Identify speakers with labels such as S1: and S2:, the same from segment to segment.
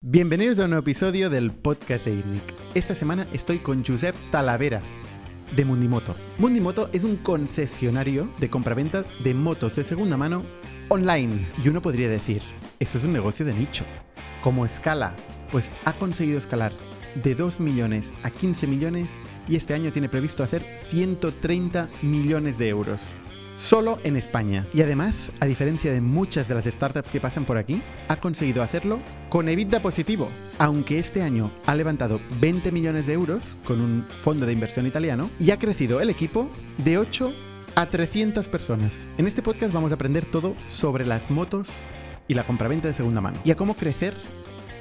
S1: Bienvenidos a un nuevo episodio del podcast de ITNIC. Esta semana estoy con Josep Talavera de Mundimoto. Mundimoto es un concesionario de compraventa de motos de segunda mano online. Y uno podría decir, esto es un negocio de nicho. Como escala, pues ha conseguido escalar de 2 millones a 15 millones y este año tiene previsto hacer 130 millones de euros solo en España. Y además, a diferencia de muchas de las startups que pasan por aquí, ha conseguido hacerlo con EBITDA positivo. Aunque este año ha levantado 20 millones de euros con un fondo de inversión italiano y ha crecido el equipo de 8 a 300 personas. En este podcast vamos a aprender todo sobre las motos y la compraventa de segunda mano y a cómo crecer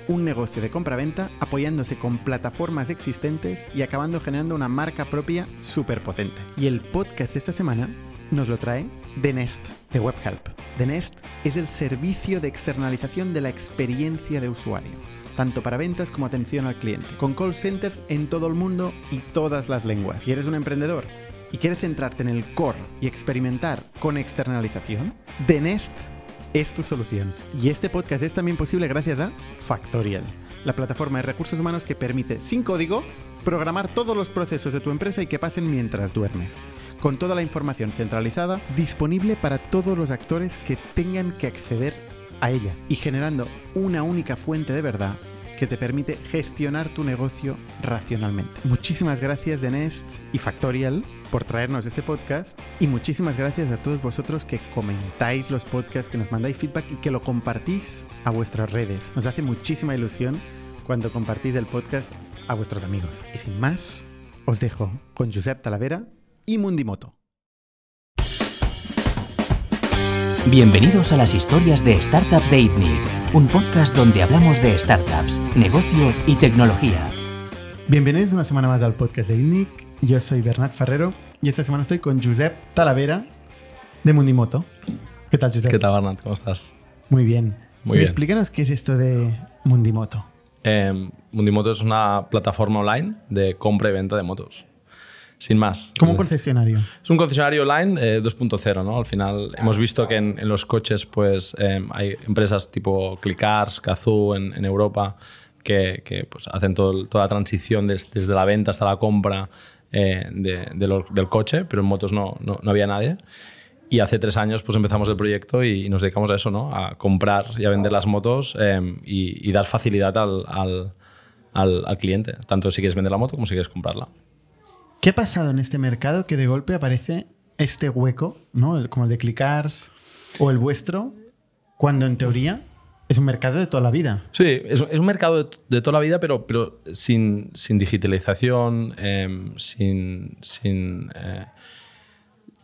S1: un negocio de compraventa apoyándose con plataformas existentes y acabando generando una marca propia superpotente. Y el podcast de esta semana nos lo trae The Nest de WebHelp. The Nest es el servicio de externalización de la experiencia de usuario, tanto para ventas como atención al cliente, con call centers en todo el mundo y todas las lenguas. Si eres un emprendedor y quieres centrarte en el core y experimentar con externalización, The Nest es tu solución. Y este podcast es también posible gracias a Factorial, la plataforma de recursos humanos que permite, sin código, programar todos los procesos de tu empresa y que pasen mientras duermes, con toda la información centralizada disponible para todos los actores que tengan que acceder a ella y generando una única fuente de verdad que te permite gestionar tu negocio racionalmente. Muchísimas gracias de Nest y Factorial por traernos este podcast y muchísimas gracias a todos vosotros que comentáis los podcasts, que nos mandáis feedback y que lo compartís a vuestras redes. Nos hace muchísima ilusión cuando compartís el podcast a vuestros amigos. Y sin más, os dejo con Josep Talavera y Mundimoto.
S2: Bienvenidos a las historias de Startups de ITNIC, un podcast donde hablamos de startups, negocio y tecnología.
S1: Bienvenidos una semana más al podcast de ITNIC. Yo soy Bernat Ferrero y esta semana estoy con Josep Talavera de Mundimoto. ¿Qué tal, Josep?
S3: ¿Qué tal, Bernat? ¿Cómo estás?
S1: Muy bien.
S3: Muy bien.
S1: Explícanos qué es esto de Mundimoto.
S3: Eh, Mundimoto es una plataforma online de compra y venta de motos. Sin más.
S1: Como un concesionario.
S3: Es un concesionario online eh, 2.0, ¿no? Al final hemos visto que en, en los coches pues, eh, hay empresas tipo Clicars, Cazoo en, en Europa que, que, pues, hacen todo el- toda la transición des- desde la venta hasta la compra eh, de- de lo- del coche, pero en motos no, no, no había nadie. Y hace tres años pues empezamos el proyecto y, y nos dedicamos a eso, ¿no? A comprar y a vender las motos eh, y, y dar facilidad al, al- al- al cliente, tanto si quieres vender la moto como si quieres comprarla.
S1: ¿Qué ha pasado en este mercado que de golpe aparece este hueco, ¿no? El- como el de Clickars o el vuestro, cuando en teoría es un mercado de toda la vida?
S3: Sí, es, es un mercado de, de toda la vida, pero, pero sin, sin digitalización, em, sin, sin, eh,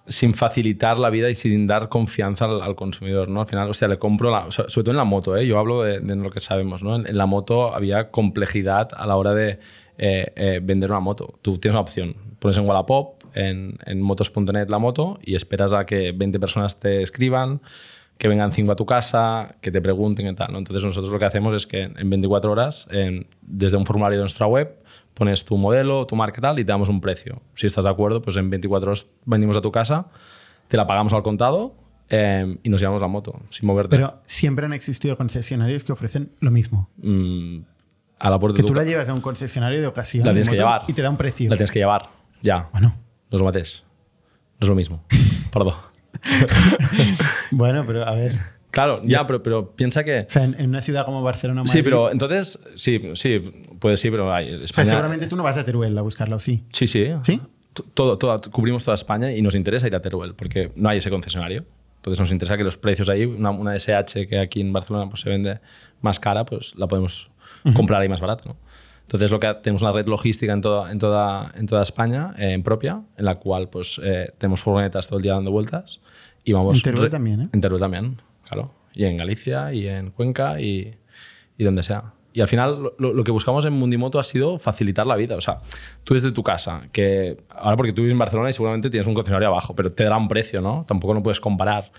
S3: sin facilitar la vida y sin dar confianza al, al consumidor, ¿no? Al final, hostia, le compro, la- so- sobre todo en la moto, ¿eh? yo hablo de, de lo que sabemos, ¿no? En, en la moto había complejidad a la hora de eh, eh, vender una moto. Tú tienes una opción, pones en Wallapop, en, en motos.net la moto y esperas a que 20 personas te escriban, que vengan 5 a tu casa, que te pregunten y tal, ¿no? Entonces nosotros lo que hacemos es que en 24 horas, en- desde un formulario de nuestra web, pones tu modelo, tu marca y tal y te damos un precio. Si estás de acuerdo, pues en 24 horas venimos a tu casa, te la pagamos al contado eh, y nos llevamos la moto sin moverte.
S1: Pero siempre han existido concesionarios que ofrecen lo mismo.
S3: Mm, a la puerta
S1: Que
S3: de
S1: tú
S3: tu
S1: la
S3: ca-
S1: llevas a un concesionario de ocasión
S3: la
S1: de
S3: tienes que
S1: moto,
S3: llevar.
S1: y te da un precio.
S3: La tienes que llevar, ya.
S1: Bueno,
S3: No os lo mates. No es lo mismo. Perdón.
S1: bueno, pero a ver.
S3: Claro, ya, pero, pero piensa que...
S1: O sea, en, en una ciudad como Barcelona o
S3: Sí,
S1: Madrid,
S3: pero
S1: o
S3: entonces, sí, sí, puede sí, pero hay,
S1: sea,
S3: España,
S1: seguramente tú no vas a Teruel a buscarla, ¿o sí?
S3: Sí, sí.
S1: ¿Sí?
S3: T- Todo, toda- cubrimos toda España y nos interesa ir a Teruel porque no hay ese concesionario. Entonces nos interesa que los precios ahí, una, una SH que aquí en Barcelona pues, se vende más cara, pues la podemos comprar ahí más barata. ¿no? Entonces lo que ha- tenemos una red logística en toda, en toda, en toda España, eh, en propia, en la cual pues eh, tenemos furgonetas todo el día dando vueltas y vamos...
S1: En Teruel
S3: re-
S1: también, ¿eh?
S3: En Teruel también, claro. Y en Galicia y en Cuenca y, y donde sea. Y al final lo, lo que buscamos en Mundimoto ha sido facilitar la vida. O sea, tú desde tu casa, que ahora porque tú vives en Barcelona y seguramente tienes un concesionario abajo, pero te dará un precio, ¿no? Tampoco no puedes comparar.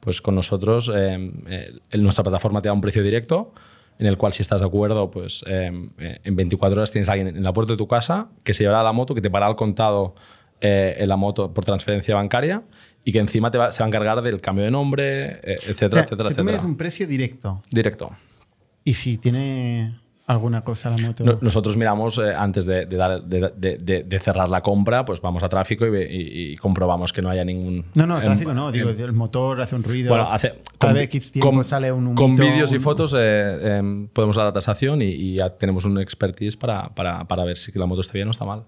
S3: Pues con nosotros, eh, eh, en nuestra plataforma te da un precio directo en el cual si estás de acuerdo, pues eh, eh, en 24 horas tienes a alguien en la puerta de tu casa que se llevará la moto, que te pagará el contado eh, en la moto por transferencia bancaria y que encima te va- se va a encargar del cambio de nombre, eh,
S1: O sea,
S3: etcétera, etcétera,
S1: si tú me
S3: etcétera.
S1: das un precio directo
S3: Directo.
S1: y si tiene
S4: alguna cosa a la moto.
S3: No- Nosotros miramos eh, antes de, de dar- de- de- de- de cerrar la compra, pues vamos a tráfico y, ve- y- y comprobamos que no haya ningún.
S1: No, no,
S3: em,
S1: tráfico no.
S3: em,
S1: Digo, el motor hace un ruido.
S3: Bueno, hace,
S1: cada
S3: con-
S1: vez X tiempo
S3: con-
S1: sale un
S3: Con
S1: humito,
S3: vídeos y
S1: un-
S3: fotos eh, em, podemos dar la tasación y, y ya tenemos un expertise para, para- para ver si la moto está bien o está mal.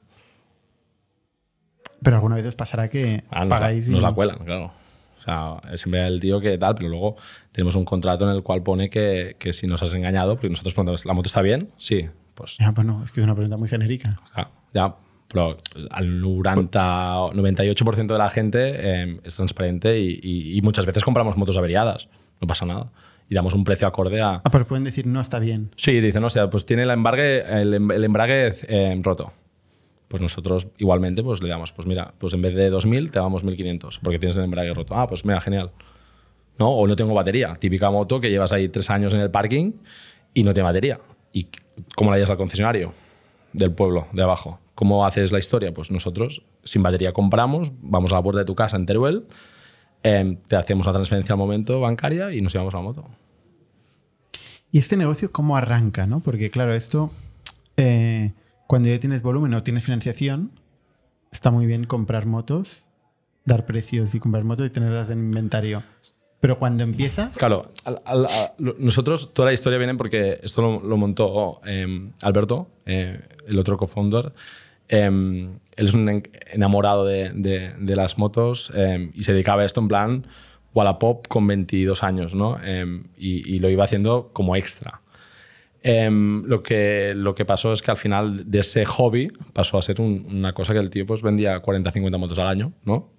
S1: Pero alguna vez os pasará que
S3: Ah, nos,
S1: pagáis
S3: la,
S1: y...
S3: nos la cuelan, claro. O sea, es siempre el tío que tal, pero luego tenemos un contrato en el cual pone que, que si nos has engañado, porque nosotros preguntamos, ¿la moto está bien? Sí, pues
S1: Ya, pues no, es que es una pregunta muy genérica.
S3: ja, ya. Pero al 90, 98% de la gente em, es transparente y, y- y muchas veces compramos motos averiadas, no pasa nada. Y damos un precio acorde a,
S1: Ah, pero pueden decir no está bien.
S3: Sí, dicen, o sea, pues tiene el embargue, el, em- el embrague eh, roto. Pues nosotros igualmente pues le damos, pues mira, pues en vez de 2.000 te damos 1.500 porque tienes el embrague roto. Ah, pues mira, genial. ¿No? O no tengo batería. Típica moto que llevas ahí tres años en el parking y no tiene batería. ¿Y cómo la llevas al concesionario? Del pueblo, de abajo. ¿Cómo haces la historia? Pues nosotros sin batería compramos, vamos a la puerta de tu casa en Teruel, em, te hacemos la transferencia al momento bancaria y nos llevamos la moto.
S1: ¿Y este negocio cómo arranca, no? Porque claro, esto, eh, cuando ya tienes volumen o tienes financiación, está muy bien comprar motos, dar precios y comprar motos y tenerlas en inventario. Pero cuando empiezas,
S3: Claro, al- al- a- lo- nosotros toda la historia viene porque esto lo, lo montó eh, Alberto, eh, el otro co-founder. Eh, él es un en- enamorado de, de- de las motos eh, y se dedicaba a esto en plan Wallapop con 22 años, ¿no? Eh, y, y lo iba haciendo como extra. Em, lo, que, lo que pasó es que al final de ese hobby pasó a ser un- una cosa que el tío pues, vendía 40, 50 motos al año, ¿no?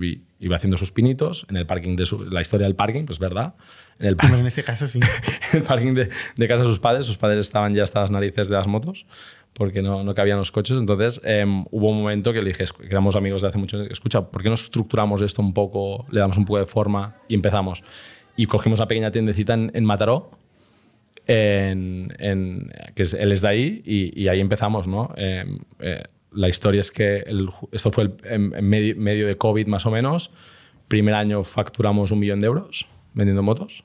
S3: Y iba haciendo sus pinitos en el parking de su- la historia del parking, pues verdad, en el, par-
S1: en este caso sí.
S3: el parking de, de casa de sus padres, sus padres estaban ya hasta las narices de las motos porque no, no cabían los coches, entonces em, hubo un momento que le dije, escu- que éramos amigos de hace mucho, escucha, ¿por qué no estructuramos esto un poco, le damos un poco de forma y empezamos? Y cogimos una pequeña tiendecita en, en Mataró, en, en- que es- él es de ahí y, y ahí empezamos, ¿no? Eh, eh, la historia es que el ju- esto fue el- en, en medio, medio de COVID más o menos. Primer año facturamos un millón de euros vendiendo motos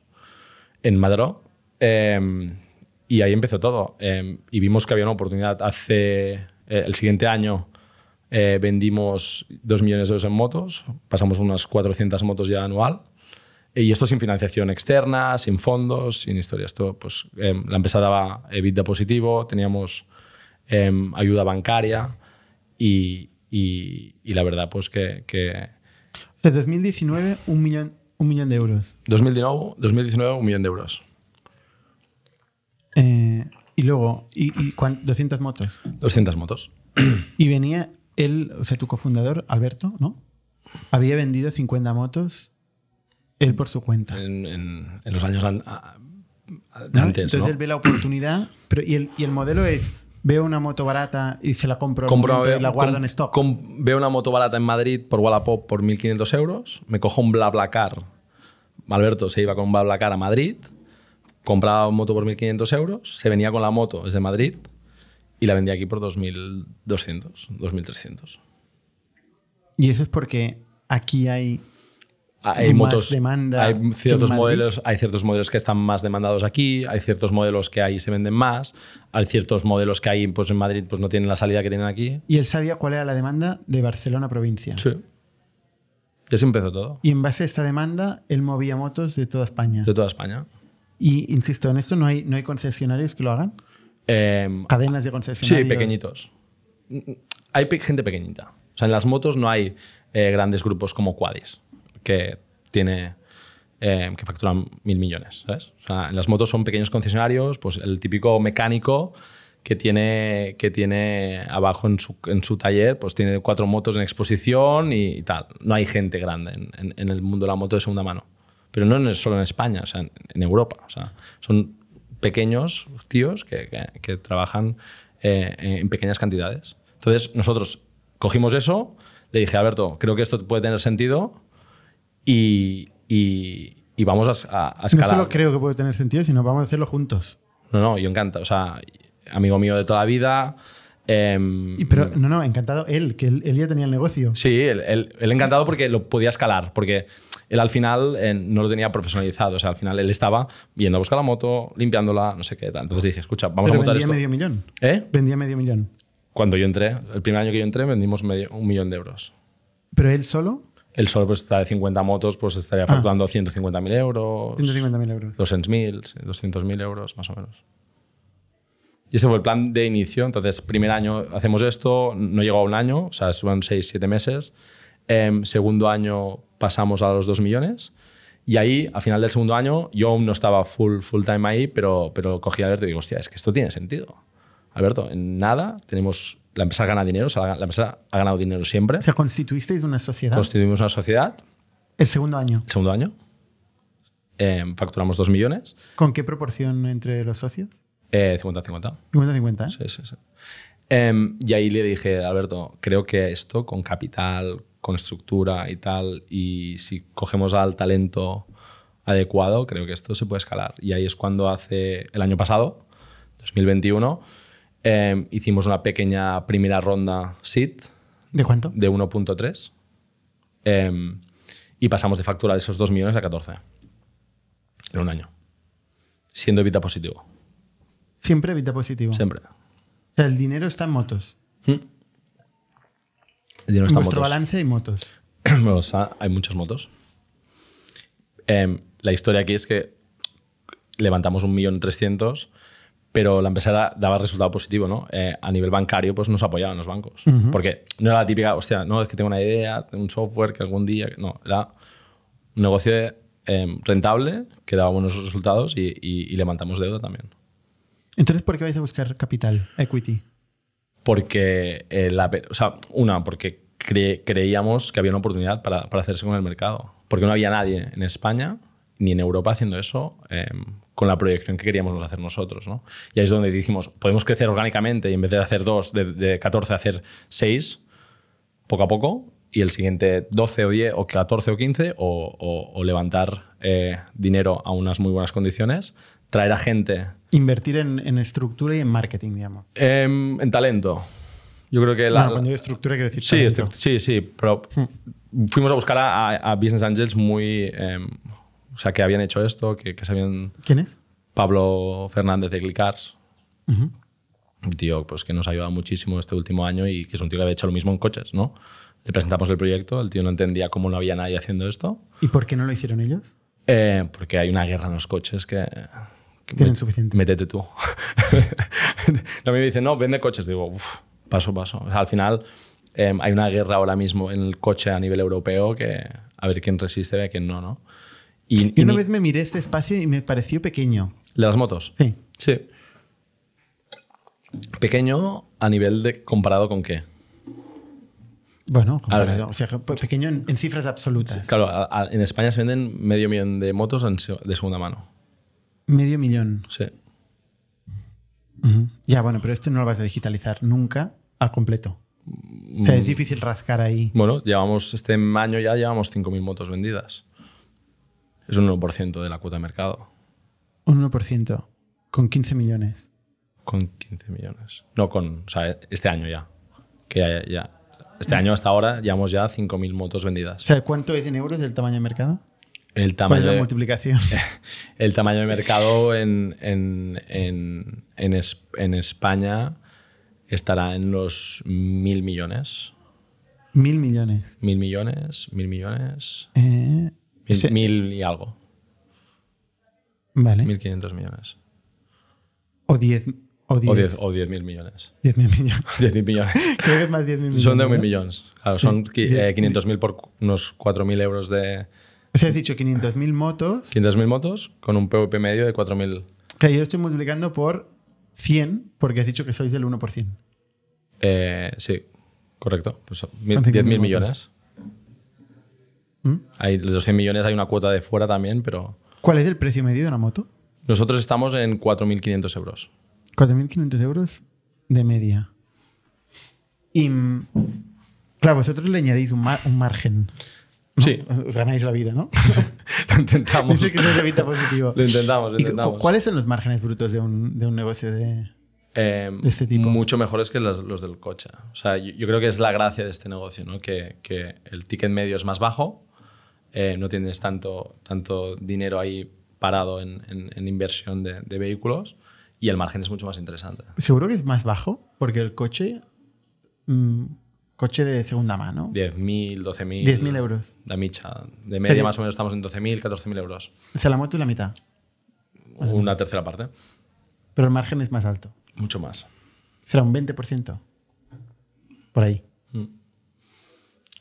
S3: en Mataró. Eh, y ahí empezó todo. Eh, y vimos que había una oportunidad. Hace eh, el siguiente año eh, vendimos 2 millones de euros en motos. Pasamos unas 400 motos ya anual. Y esto sin financiación externa, sin fondos, sin historias. Esto, pues, em, la empresa daba EBITDA positivo, teníamos em, ayuda bancaria y, y- y la verdad, pues que, que
S1: O sea, 2019, un millón, un millón de euros.
S3: 2019, 2019 un millón de euros.
S1: Eh, y luego, y, y cuan- 200 motos.
S3: 200 motos.
S1: Y venía él, o sea, tu cofundador, Alberto, ¿no? Había vendido 50 motos él por su cuenta.
S3: En, en- en los años an- a- a- de
S1: ¿no?
S3: antes.
S1: Entonces
S3: ¿no?
S1: él ve la oportunidad, pero y el, y el modelo es, veo una moto barata y se la compro, al
S3: Compro- eh,
S1: momento y la
S3: com-
S1: guardo en stock.
S3: com- veo una moto barata en Madrid por Wallapop por 1.500 euros. Me cojo un BlaBlaCar. Alberto se iba con un BlaBlaCar a Madrid. Compraba moto por 1.500 euros. Se venía con la moto desde Madrid. Y la vendía aquí por 2.200, 2.300.
S1: Y eso es porque aquí hay...
S3: Ah, Hay
S1: Más
S3: motos,
S1: demanda que
S3: hay
S1: en
S3: ciertos
S1: Madrid.
S3: modelos, hay ciertos modelos que están más demandados aquí, hay ciertos modelos que ahí se venden más, hay ciertos modelos que ahí pues en Madrid pues no tienen la salida que tienen aquí.
S1: Y él sabía cuál era la demanda de Barcelona provincia.
S3: Sí. Y así empezó todo.
S1: Y en base a esta demanda, él movía motos de toda España.
S3: De toda España.
S1: Y insisto, en esto no hay, no hay concesionarios que lo hagan.
S3: Em,
S1: Cadenas de
S3: Sí,
S1: concesionarios.
S3: pequeñitos. Hay pe- gente pequeñita. O sea, en las motos no hay eh, grandes grupos como Quadis, que tiene eh, que facturan mil millones. ¿sabes? O sea, en las motos son pequeños concesionarios, pues el típico mecánico que tiene, que tiene abajo en su, en su taller, pues tiene cuatro motos en exposición y, tal. No hay gente grande en, en- en el mundo de la moto de segunda mano. Pero no en- solo en España, o sea, en, en Europa. O sea, son pequeños tíos que, que- que trabajan eh, en pequeñas cantidades. Entonces, nosotros cogimos eso, le dije, Alberto, creo que esto puede tener sentido y, y- y vamos a, a- a
S1: No
S3: escalar.
S1: solo creo que puede tener sentido, sino vamos a hacerlo juntos.
S3: No, no, yo encanta. O sea, amigo mío de toda la vida. em,
S1: Y- pero no, no, encantado él, que él, él ya tenía el negocio.
S3: Sí, el, el- el encantado porque lo podía escalar, porque él al final eh, no lo tenía profesionalizado. O sea, al final él estaba yendo a buscar la moto, limpiándola, no sé qué tal. Entonces dije, escucha, vamos
S1: Pero
S3: a montar
S1: vendía
S3: esto.
S1: medio millón.
S3: ¿Eh?
S1: Vendía medio millón.
S3: Cuando yo entré, el primer año que yo entré, vendimos medio- un millón de euros.
S1: Pero él solo,
S3: Él solo pues, está de 50 motos, pues estaría facturando 150.000 euros.
S1: 150.000 euros.
S3: 200.000, sí, 200.000 euros más o menos. Y ese fue el plan de inicio. Entonces, primer año hacemos esto, no llegó a un año, o sea, fueron 6, 7 meses. Em, segundo año pasamos a los 2 millones. Y ahí, a final del segundo año, yo aún no estaba full, full time ahí, pero, pero cogí a Alberto y digo, hostia, es que esto tiene sentido. Alberto, en nada, tenemos, la empresa gana dinero, o sea, la la empresa ha ganado dinero siempre.
S1: O sea, constituisteis una sociedad.
S3: Constituimos una sociedad,
S1: El segundo año.
S3: el segundo año, em, facturamos 2 millones,
S1: ¿Con qué proporción entre los socios?
S3: eh, 50-50.
S1: 50-50. ¿eh?
S3: Sí, sí, sí. Em, y ahí le dije, Alberto, creo que esto con capital, con estructura y tal, y si cogemos al talento adecuado, creo que esto se puede escalar. Y ahí es cuando hace el año pasado, 2021, em, hicimos una pequeña primera ronda SIT
S1: ¿De cuánto?
S3: de 1.3 em, y pasamos de facturar esos 2 millones a 14 en un año, siendo evita positivo,
S1: Siempre evita positivo.
S3: siempre.
S1: O sea, el dinero está en motos.
S3: El dinero
S1: En
S3: está en
S1: vuestro
S3: motos.
S1: balance hay motos.
S3: Bueno, o sea, hay muchas motos. Em, la historia aquí es que levantamos 1.300.000, pero la empresa da- daba resultado positivo, ¿no? Eh, a nivel bancario, pues nos apoyaban los bancos. Porque no era la típica, hostia, no, es que tengo una idea, tengo un software que algún día. No, era un negocio em, rentable que daba buenos resultados y, y- y levantamos deuda también.
S1: Entonces, ¿por qué vais a buscar capital, equity?
S3: Porque, eh, la, pe- o sea, una, porque cre- creíamos que había una oportunidad para, para hacerse con el mercado. Porque no había nadie en España ni en Europa haciendo eso eh, con la proyección que queríamos hacer nosotros. ¿no? Y ahí es donde dijimos, podemos crecer orgánicamente y en vez de hacer dos, de, de 14 a hacer 6, poco a poco, y el siguiente 12 o 10 o 14 o 15, o, o- o levantar eh, dinero a unas muy buenas condiciones, traer a gente
S1: Invertir en, en estructura y en marketing, digamos.
S3: em, en talento. Yo creo que la,
S1: Bueno, cuando digo estructura, quiero decir
S3: Sí,
S1: talento.
S3: este- sí, sí, pero fuimos a buscar a, a- a Business Angels muy... em, o sea, que habían hecho esto, que, que sabían
S1: ¿Quién es?
S3: Pablo Fernández de Clicars,
S1: Ujú.
S3: un tío pues, que nos ha ayudado muchísimo este último año y que es un tío que había hecho lo mismo en coches, ¿no? Le presentamos el proyecto, el tío no entendía cómo no había nadie haciendo esto,
S1: ¿Y por qué no lo hicieron ellos?
S3: eh, porque hay una guerra en los coches que... que
S1: Tienen
S3: me-
S1: suficiente.
S3: Métete tú. a mí me dicen, no, vende coches. Digo, "Uf, paso, paso. O sea, al final em, hay una guerra ahora mismo en el coche a nivel europeo que a ver quién resiste y a quién no, ¿no? Y,
S1: Y
S3: y
S1: una
S3: ni-
S1: vez me miré este espacio y me pareció pequeño.
S3: ¿De las motos?
S1: Sí.
S3: Sí. Pequeño a nivel de comparado con qué.
S1: Bueno, comparado.
S3: Ahora-
S1: o sea, pe- pequeño en, en cifras absolutas.
S3: Claro, a- a- en España se venden medio millón de motos en se- de segunda mano.
S1: Medio millón.
S3: Sí.
S1: Ujú. Ya, bueno, pero esto no lo vas a digitalizar nunca al completo. O sea, es difícil rascar ahí.
S3: Mm, Bueno, llevamos este año ya llevamos 5.000 motos vendidas. Es un 1% de la cuota de mercado.
S1: Un 1% con 15 millones.
S3: Con 15 millones. No, con. O sea, este año ya. Que ya, ya- Este año hasta ahora llevamos ya 5.000 motos
S1: O
S3: vendidas.
S1: sea, ¿cuánto es en euros el tamaño de mercado?
S3: El
S1: ¿Cuál es
S3: tamaño,
S1: la
S3: de,
S1: multiplicación?
S3: el tamaño de mercado en, en, en, en es- en España estará en los mil millones.
S1: Mil millones.
S3: Mil millones, mil millones.
S1: Eh,
S3: Mil,
S1: sí,
S3: mil y algo.
S1: vale.
S3: 1.500 millones.
S1: O 10. O 10.
S3: O 10 o 10.000 millones.
S1: mil millones.
S3: 10.000 millones.
S1: Creo que es más 10 mil millones.
S3: Son de
S1: ¿no?
S3: mil millones. Claro, son qui-
S1: Die-
S3: eh, 500.000 por cu- unos 4.000 euros de...
S1: O sea, has dicho 500 mil motos.
S3: 500.000 motos con un PVP medio de 4.000...
S1: Que yo estoy multiplicando por 100 porque has dicho que sois del 1%.
S3: eh, sí, correcto. Pues son mil-
S1: Con 5.000
S3: 10.000
S1: motos.
S3: millones.
S1: ¿Mm?
S3: Hay, los 100 millones hay una cuota de fuera también, pero...
S1: ¿Cuál es el precio medio de una moto?
S3: Nosotros estamos en 4.500 euros.
S1: 4.500 euros de media. Y mm, claro, vosotros le añadís un, mar- un margen.
S3: Sí,
S1: Os ganáis la vida, ¿no?
S3: lo intentamos.
S1: Dice que sois de vida positivo.
S3: Lo intentamos, lo
S1: ¿Y cu-
S3: intentamos.
S1: ¿Cuáles son los márgenes brutos de un, de un negocio de...?
S3: eh,
S1: de este tipo.
S3: mucho mejores que las- los del coche. O sea, yo, yo creo que es la gracia de este negocio, ¿no? Que, que el ticket medio es más bajo, eh, no tienes tanto, tanto dinero ahí parado en, en- en inversión de, de vehículos y el margen es mucho más interesante.
S1: Seguro que es más bajo, porque el coche. mm, coche de segunda mano.
S3: 10.000, 12.000.
S1: 10.000 euros.
S3: La micha. De
S1: Pero-
S3: media más o menos estamos en 12.000, 14.000 euros.
S1: O sea, la moto es la mitad,
S3: Una tercera parte.
S1: pero el margen es más alto.
S3: Mucho más.
S1: Será un 20%. Por ahí.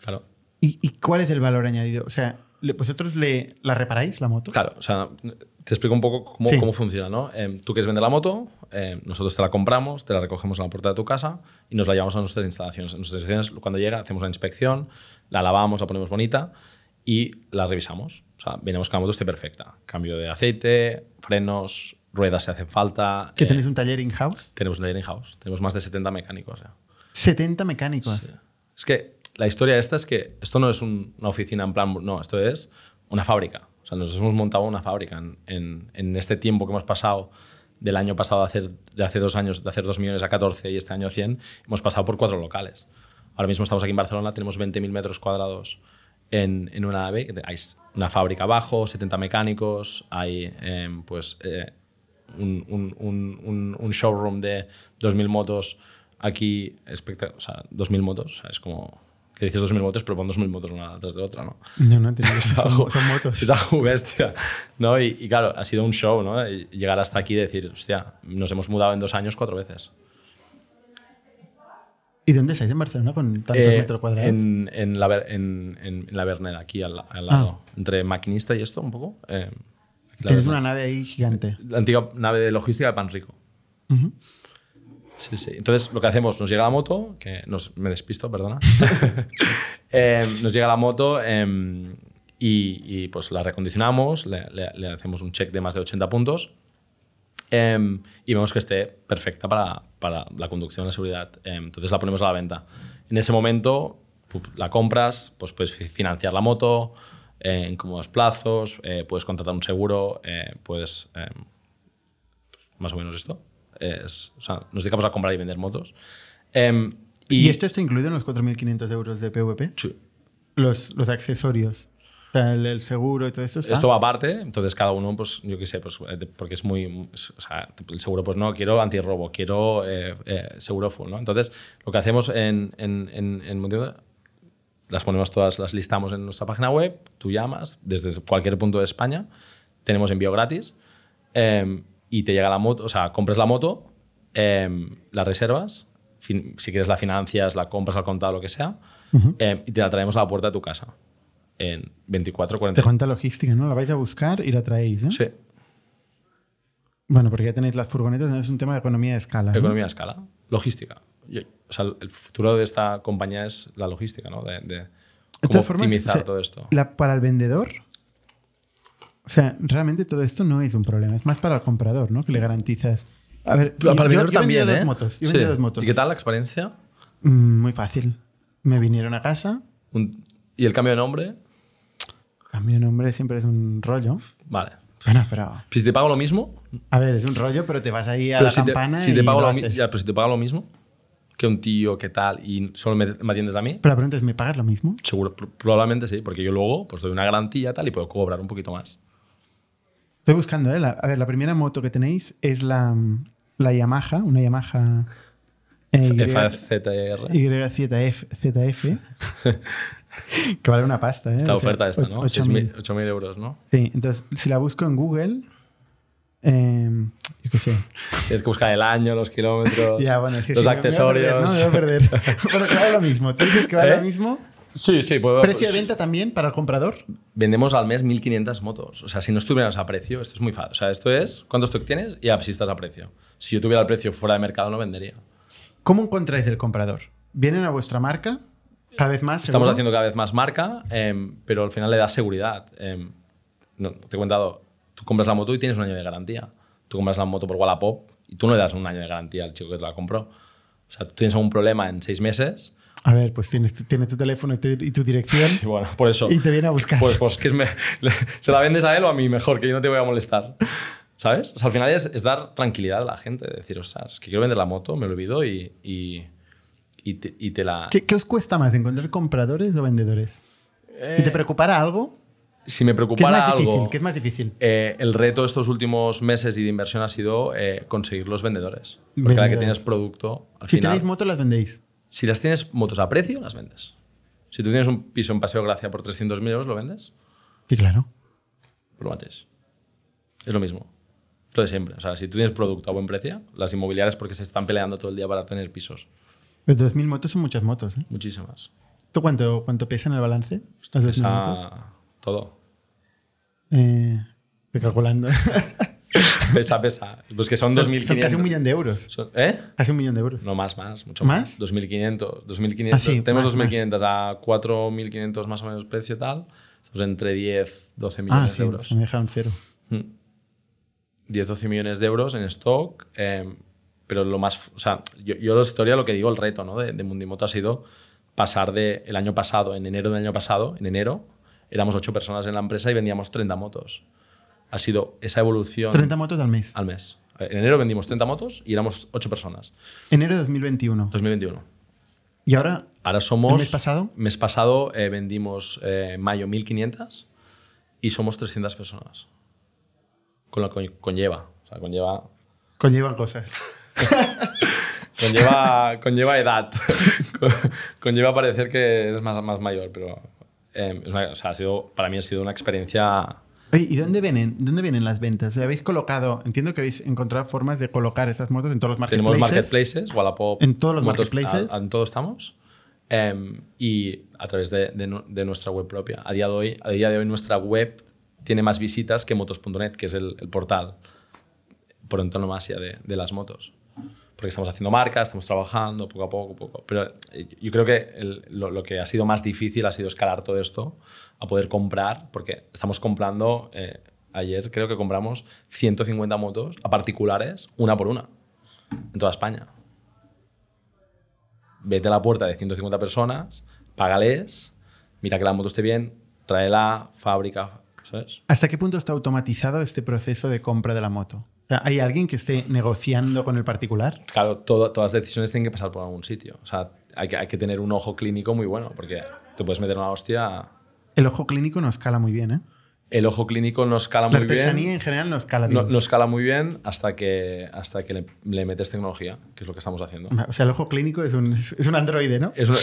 S3: Claro.
S1: ¿Y, y cuál es el valor añadido? O sea, le- ¿vosotros le, la reparáis la moto?
S3: Claro, o sea, te explico un poco cómo,
S1: Sí.
S3: cómo funciona, ¿no? Eh, tú quieres vender la moto, eh, nosotros te la compramos, te la recogemos en la puerta de tu casa y nos la llevamos a nuestras instalaciones. En nuestras instalaciones, cuando llega, hacemos una inspección, la lavamos, la ponemos bonita y la revisamos. O sea, venimos que la moto esté perfecta. Cambio de aceite, frenos, ruedas si hacen falta.
S1: Que
S3: eh,
S1: tenéis un taller in-house.
S3: Tenemos un taller in-house. Tenemos más de 70 mecánicos. ya.
S1: 70 mecánicos.
S3: Es que la historia esta es que esto no es un- una oficina en plan, no, esto es una fábrica. O sea, nos hemos montado una fábrica en, en- en este tiempo que hemos pasado del año pasado de hacer, de hace dos años, de hacer 2 millones a 14 y este año 100, hemos pasado por cuatro locales. Ahora mismo estamos aquí en Barcelona, tenemos 20.000 metros cuadrados en, en una nave, que te- hay s- una fábrica abajo, 70 mecánicos, hay em, pues eh, un, un- un- un- un showroom de 2.000 motos aquí, espectac- o sea, 2.000 motos, o sea, es como que dices 2.000 motos, pero pon 2.000 motos una tras de otra, ¿no?
S1: No, no, tiene que
S3: Es
S1: ser- son,
S3: algo-
S1: son motos.
S3: Es algo bestia, ¿no? Y, y claro, ha sido un show, ¿no? Y Llegar hasta aquí y decir, hostia, nos hemos mudado en dos años cuatro veces.
S1: ¿Y dónde estáis en Barcelona con tantos
S3: Eh,
S1: metros cuadrados?
S3: En, en la, Ver- en, en- en la Verneda, aquí al, la- al lado. Entre maquinista y esto, un poco. eh, aquí la
S1: Tenéis
S3: Verneda.
S1: Ah. una nave ahí gigante.
S3: La antigua nave de logística de Panrico.
S1: Ujú.
S3: Sí, sí. Entonces, lo que hacemos, nos llega la moto, que nos, me despisto, perdona. Eh, nos llega la moto em, y, y, pues la recondicionamos, le, le- le hacemos un check de más de 80 puntos em, y vemos que esté perfecta para, para la conducción, la seguridad. Em, entonces la ponemos a la venta. En ese momento pu- la compras, pues puedes fi- financiar la moto eh, en cómodos plazos, eh, puedes contratar un seguro, eh, puedes em, más o menos esto. Es- o sea, nos dedicamos a comprar y vender motos. Em,
S1: ¿Y, esto está incluido en los 4.500 euros de PVP?
S3: Sí.
S1: Los, los accesorios. O sea, el, el seguro y todo esto está.
S3: Esto va aparte, entonces cada uno, pues yo qué sé, pues, eh, de- porque es muy. es- O sea, el seguro, pues no, quiero antirrobo, quiero eh, eh, seguro full, ¿no? Entonces, lo que hacemos en, en, en, en Montijo, las ponemos todas, las listamos en nuestra página web, tú llamas desde cualquier punto de España, tenemos envío gratis eh, y te llega la moto, o sea, compras la moto, eh, la reservas, fin- si quieres la financias, la compras al contado, lo que sea, eh, y te la traemos a la puerta de tu casa en 24,
S1: Te
S3: 40
S1: cuenta logística, ¿no? La vais a buscar y la traéis, ¿eh?
S3: Sí.
S1: Bueno, porque ya tenéis las furgonetas, no es un tema de economía de escala. ¿no?
S3: Economía a escala, logística. Yo- o sea, el futuro de esta compañía es la logística, ¿no? De, de
S1: De
S3: cómo
S1: todas formas,
S3: optimizar
S1: o sea,
S3: todo esto.
S1: la- para el vendedor, o sea, realmente todo esto no es un problema, es más para el comprador, ¿no? Que le garantizas. A ver, yo- yo- yo he vendido dos motos. Yo he
S3: ¿eh? Sí.
S1: vendido dos motos.
S3: ¿Y qué tal la experiencia?
S1: Mm, muy fácil. Me vinieron a casa,
S3: Un- ¿Y el cambio de nombre?
S1: a mí un hombre siempre es un rollo.
S3: Vale. Pues
S1: Bueno, pero.
S3: Si te pago lo mismo,
S1: A ver, es un rollo, pero te vas ahí a
S3: pero
S1: la
S3: si,
S1: campana
S3: te, si
S1: y
S3: te pago
S1: lo
S3: lo mi-
S1: haces.
S3: ya, pero si te pago lo mismo que un tío, qué tal, y solo me, me atiendes a mí,
S1: Pero la pregunta es, ¿me pagas lo mismo?
S3: seguro, pr- probablemente sí, porque yo luego pues doy una garantía tal y puedo cobrar un poquito más.
S1: Estoy buscando, ¿eh? La- a ver, la primera moto que tenéis es la, mm, la Yamaha, una Yamaha eh, Y-
S3: FZR.
S1: YZF, ZF, que vale una pasta, ¿eh?
S3: Esta
S1: O sea,
S3: oferta esta,
S1: och-
S3: ¿no?
S1: 8.000.
S3: 6.000 8.000 euros, ¿no?
S1: Sí, entonces, si la busco en Google, eh, yo qué sé.
S3: Tienes que buscar el año, los kilómetros,
S1: Ya, bueno, es que
S3: los
S1: sí, me-
S3: accesorios.
S1: Me voy a perder, ¿no? Me voy a perder. Bueno, que vale lo mismo. Tú dices que vale
S3: ¿Eh?
S1: lo mismo.
S3: Sí, sí, pues,
S1: ¿Precio de
S3: pues,
S1: venta también para el comprador?
S3: Vendemos al mes 1.500 motos. O sea, si no estuviéramos a precio, esto es muy fácil. O sea, esto es cuánto stock tienes y a- si estás a precio. Si yo tuviera el precio fuera de mercado, no vendería.
S1: ¿Cómo encontráis el comprador? ¿Vienen a vuestra marca? Cada vez más.
S3: Estamos
S1: seguro?
S3: haciendo cada vez más marca, em, pero al final le da seguridad. Em, no, te he contado, tú compras la moto y tienes un año de garantía. Tú compras la moto por Wallapop y tú no le das un año de garantía al chico que te la compró. O sea, tú tienes algún problema en seis meses.
S1: A ver, pues tienes, tu- tiene tu teléfono y tu, y tu dirección
S3: Y bueno, por eso.
S1: y te viene a buscar.
S3: Pues, pues que es me- se la vendes a él o a mí mejor, que yo no te voy a molestar. ¿Sabes? O sea, al final es, es dar tranquilidad a la gente, decir, ostras, que quiero vender la moto, me olvido y, y, y te, y te la...
S1: ¿Qué, qué os cuesta más, encontrar compradores o vendedores? Si te preocupara algo,
S3: eh, si me preocupara
S1: ¿Qué es más
S3: algo,
S1: Difícil, ¿Qué es más difícil?
S3: eh, el reto de estos últimos meses y de inversión ha sido eh, conseguir los vendedores. Porque a la que
S1: Vendedores.
S3: tienes producto, al
S1: si
S3: final,
S1: tenéis motos, las vendéis.
S3: si las tienes motos a precio, las vendes. Si tú tienes un piso en Paseo Gracia por 300.000 euros, lo vendes,
S1: Sí, claro.
S3: lo mates. Es lo mismo. Lo de siempre. O sea, si tú tienes producto a buen precio, las inmobiliarias porque se están peleando todo el día para tener pisos.
S1: Pero 2.000 Pues motos son muchas motos. ¿eh?
S3: Muchísimas.
S1: ¿Tú cuánto, cuánto pesa en el balance? Estas 2.000 motos.
S3: Pesa todo.
S1: Eh, estoy calculando.
S3: Pesa, pesa. Pues que son
S1: Son-
S3: 2.500.
S1: Son casi un millón de euros.
S3: Son- ¿Eh?
S1: Casi un millón de euros.
S3: No, más, más, mucho
S1: ¿Más?
S3: más. 2.500. 2.500.
S1: Ah, sí,
S3: Tenemos
S1: más, más.
S3: 2.500 a 4.500 más o menos precio tal. Estamos entre 10, 12
S1: ah,
S3: millones
S1: sí,
S3: de euros.
S1: se me dejaron cero.
S3: Mm. 10, 12 millones de euros en stock. eh, pero lo más. O sea, yo, yo la historia, lo que digo, el reto ¿no? de, de Mundimoto ha sido pasar de el año pasado, en enero del año pasado, en enero, éramos 8 personas en la empresa y vendíamos 30 motos. Ha sido esa evolución
S1: 30 motos al mes.
S3: al mes. En enero vendimos 30 motos y éramos 8 personas.
S1: Enero de 2021.
S3: 2021.
S1: Y ahora,
S3: Ahora somos.
S1: ¿El mes pasado?
S3: Mes pasado eh, vendimos eh, mayo 1500 y somos 300 personas. Con lo que conlleva. O sea, conlleva.
S1: conllevan cosas.
S3: Conlleva, conlleva edad. Con- conlleva parecer que eres más, más mayor, pero. eh, es una- o sea, ha sido, para mí ha sido una experiencia.
S1: Oye, ¿y dónde vienen, dónde vienen las ventas? ¿Habéis colocado, entiendo que habéis encontrado formas de colocar esas motos en todos los marketplaces.
S3: Tenemos marketplaces, Wallapop.
S1: En todos los
S3: Motos-
S1: marketplaces.
S3: a- en todos estamos. Em, y a través de, de nu- de nuestra web propia. A día, de hoy, a día de hoy nuestra web tiene más visitas que motos.net, que es el, el portal por antonomasia de, de las motos. Porque estamos haciendo marcas, estamos trabajando poco a poco, poco. Pero eh, yo creo que el- lo, lo que ha sido más difícil ha sido escalar todo esto a poder comprar, porque estamos comprando, eh, ayer creo que compramos 150 motos a particulares, una por una en toda España. Vete a la puerta de 150 personas, págales, mira que la moto esté bien, tráela, fábrica, ¿sabes?
S1: ¿Hasta qué punto está automatizado este proceso de compra de la moto? O sea, ¿hay alguien que esté negociando con el particular?
S3: Claro, todo- todas las decisiones tienen que pasar por algún sitio. O sea, hay que, hay que tener un ojo clínico muy bueno, porque te puedes meter una hostia.
S1: El ojo clínico no escala muy bien, ¿eh?
S3: El ojo clínico no escala
S1: La
S3: muy
S1: artesanía
S3: bien.
S1: en general no escala
S3: No,
S1: bien.
S3: no escala muy bien hasta que, hasta que le, le metes tecnología, que es lo que estamos haciendo.
S1: O sea, el ojo clínico es un, es es un androide, ¿no?
S3: Es una-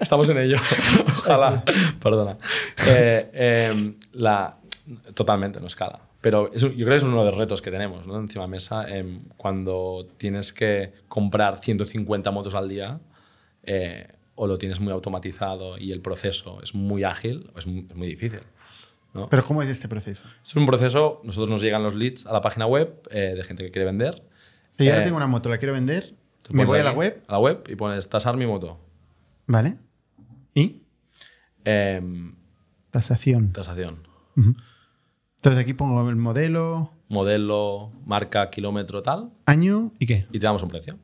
S3: Estamos en ello. Ojalá. Perdona. Eh, eh, la... Totalmente, no escala. Pero es un- yo creo que es uno de los retos que tenemos ¿no? encima de mesa. em, cuando tienes que comprar 150 motos al día, eh, o lo tienes muy automatizado y el proceso es muy ágil, o es muy, es muy difícil. ¿no?
S1: Pero ¿cómo es este proceso?
S3: es un proceso, nosotros nos llegan los leads a la página web eh, de gente que quiere vender.
S1: Si yo ahora
S3: Eh, pues
S1: tengo una moto, la quiero vender,
S3: te
S1: me
S3: pones
S1: voy a la
S3: aquí,
S1: web,
S3: A la web y pones tasar mi moto.
S1: ¿vale? Y
S3: Em,
S1: tasación.
S3: tasación.
S1: Ujú. Entonces aquí pongo el modelo,
S3: modelo, marca, kilómetro, tal,
S1: año y qué.
S3: y te damos un precio.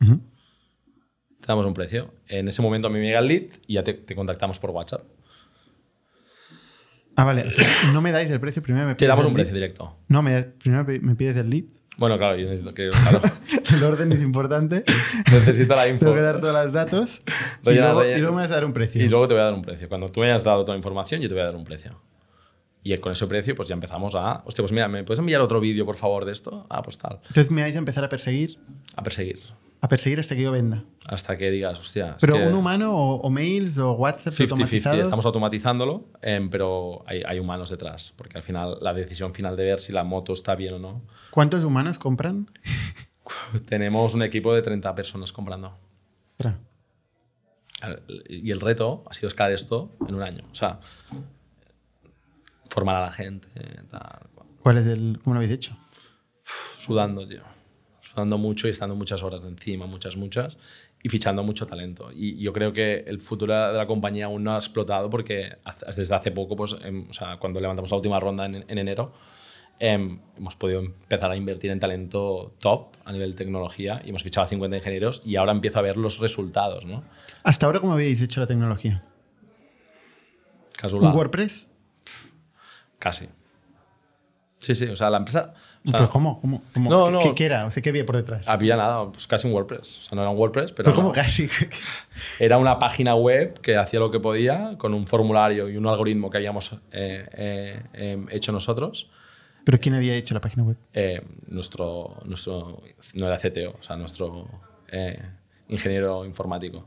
S1: Ujú.
S3: Te damos un precio. En ese momento a mí me llega el lead y ya te, te contactamos por WhatsApp.
S1: Ah, vale. o sea, no me dais el precio, primero me
S3: Te
S1: pides
S3: damos
S1: el
S3: un
S1: lead.
S3: precio directo.
S1: No, me, primero me pides el lead.
S3: Bueno, claro, yo necesito, que- claro,
S1: El orden es importante.
S3: necesito la info.
S1: Tengo que dar todos los datos. y,
S3: Rellena,
S1: luego,
S3: rellena.
S1: y luego me vas a dar un precio.
S3: Y luego te voy a dar un precio. Cuando tú me hayas dado toda la información, yo te voy a dar un precio. Y con ese precio, pues ya empezamos a. Hostia, pues mira, ¿me puedes enviar otro vídeo, por favor, de esto? Ah, pues tal.
S1: Entonces me vais a empezar a perseguir,
S3: A perseguir.
S1: a perseguir hasta que yo venda.
S3: Hasta que digas, hostia. es
S1: Pero
S3: que
S1: un humano o, o mails o WhatsApp
S3: 50-50,
S1: automatizados.
S3: estamos automatizándolo, em, pero hay, hay humanos detrás, porque al final la decisión final de ver si la moto está bien o no,
S1: ¿Cuántos humanos compran?
S3: tenemos un equipo de 30 personas comprando.
S1: Ostras.
S3: Al- Y el reto ha sido escalar esto en un año. O sea, formar a la gente, tal, cual.
S1: ¿Cuál es el, ¿Cómo lo habéis hecho?
S3: sudando, tío. Sudando mucho y estando muchas horas encima, muchas, muchas, y fichando mucho talento. Y yo creo que el futuro de la compañía aún no ha explotado porque hace- desde hace poco, pues, em, o sea, cuando levantamos la última ronda en, en enero, em, hemos podido empezar a invertir en talento top a nivel tecnología y hemos fichado a 50 ingenieros y ahora empiezo a ver los resultados, ¿no?
S1: Hasta ahora, ¿cómo habéis hecho la tecnología?
S3: Casual.
S1: ¿Un WordPress?
S3: Casi. Sí, sí, o sea, la empresa. O sea,
S1: ¿Pero cómo? ¿Cómo? cómo?
S3: No, no.
S1: ¿Qué, qué era? O sea, ¿qué había por detrás?
S3: Había nada, pues casi un WordPress. O sea, no era un WordPress, pero,
S1: ¿Pero cómo
S3: no.
S1: casi?
S3: era una página web que hacía lo que podía con un formulario y un algoritmo que habíamos eh, eh, eh, hecho nosotros.
S1: ¿Pero quién había hecho la página web?
S3: Eh, nuestro, nuestro, no era CTO, o sea, nuestro eh, ingeniero informático.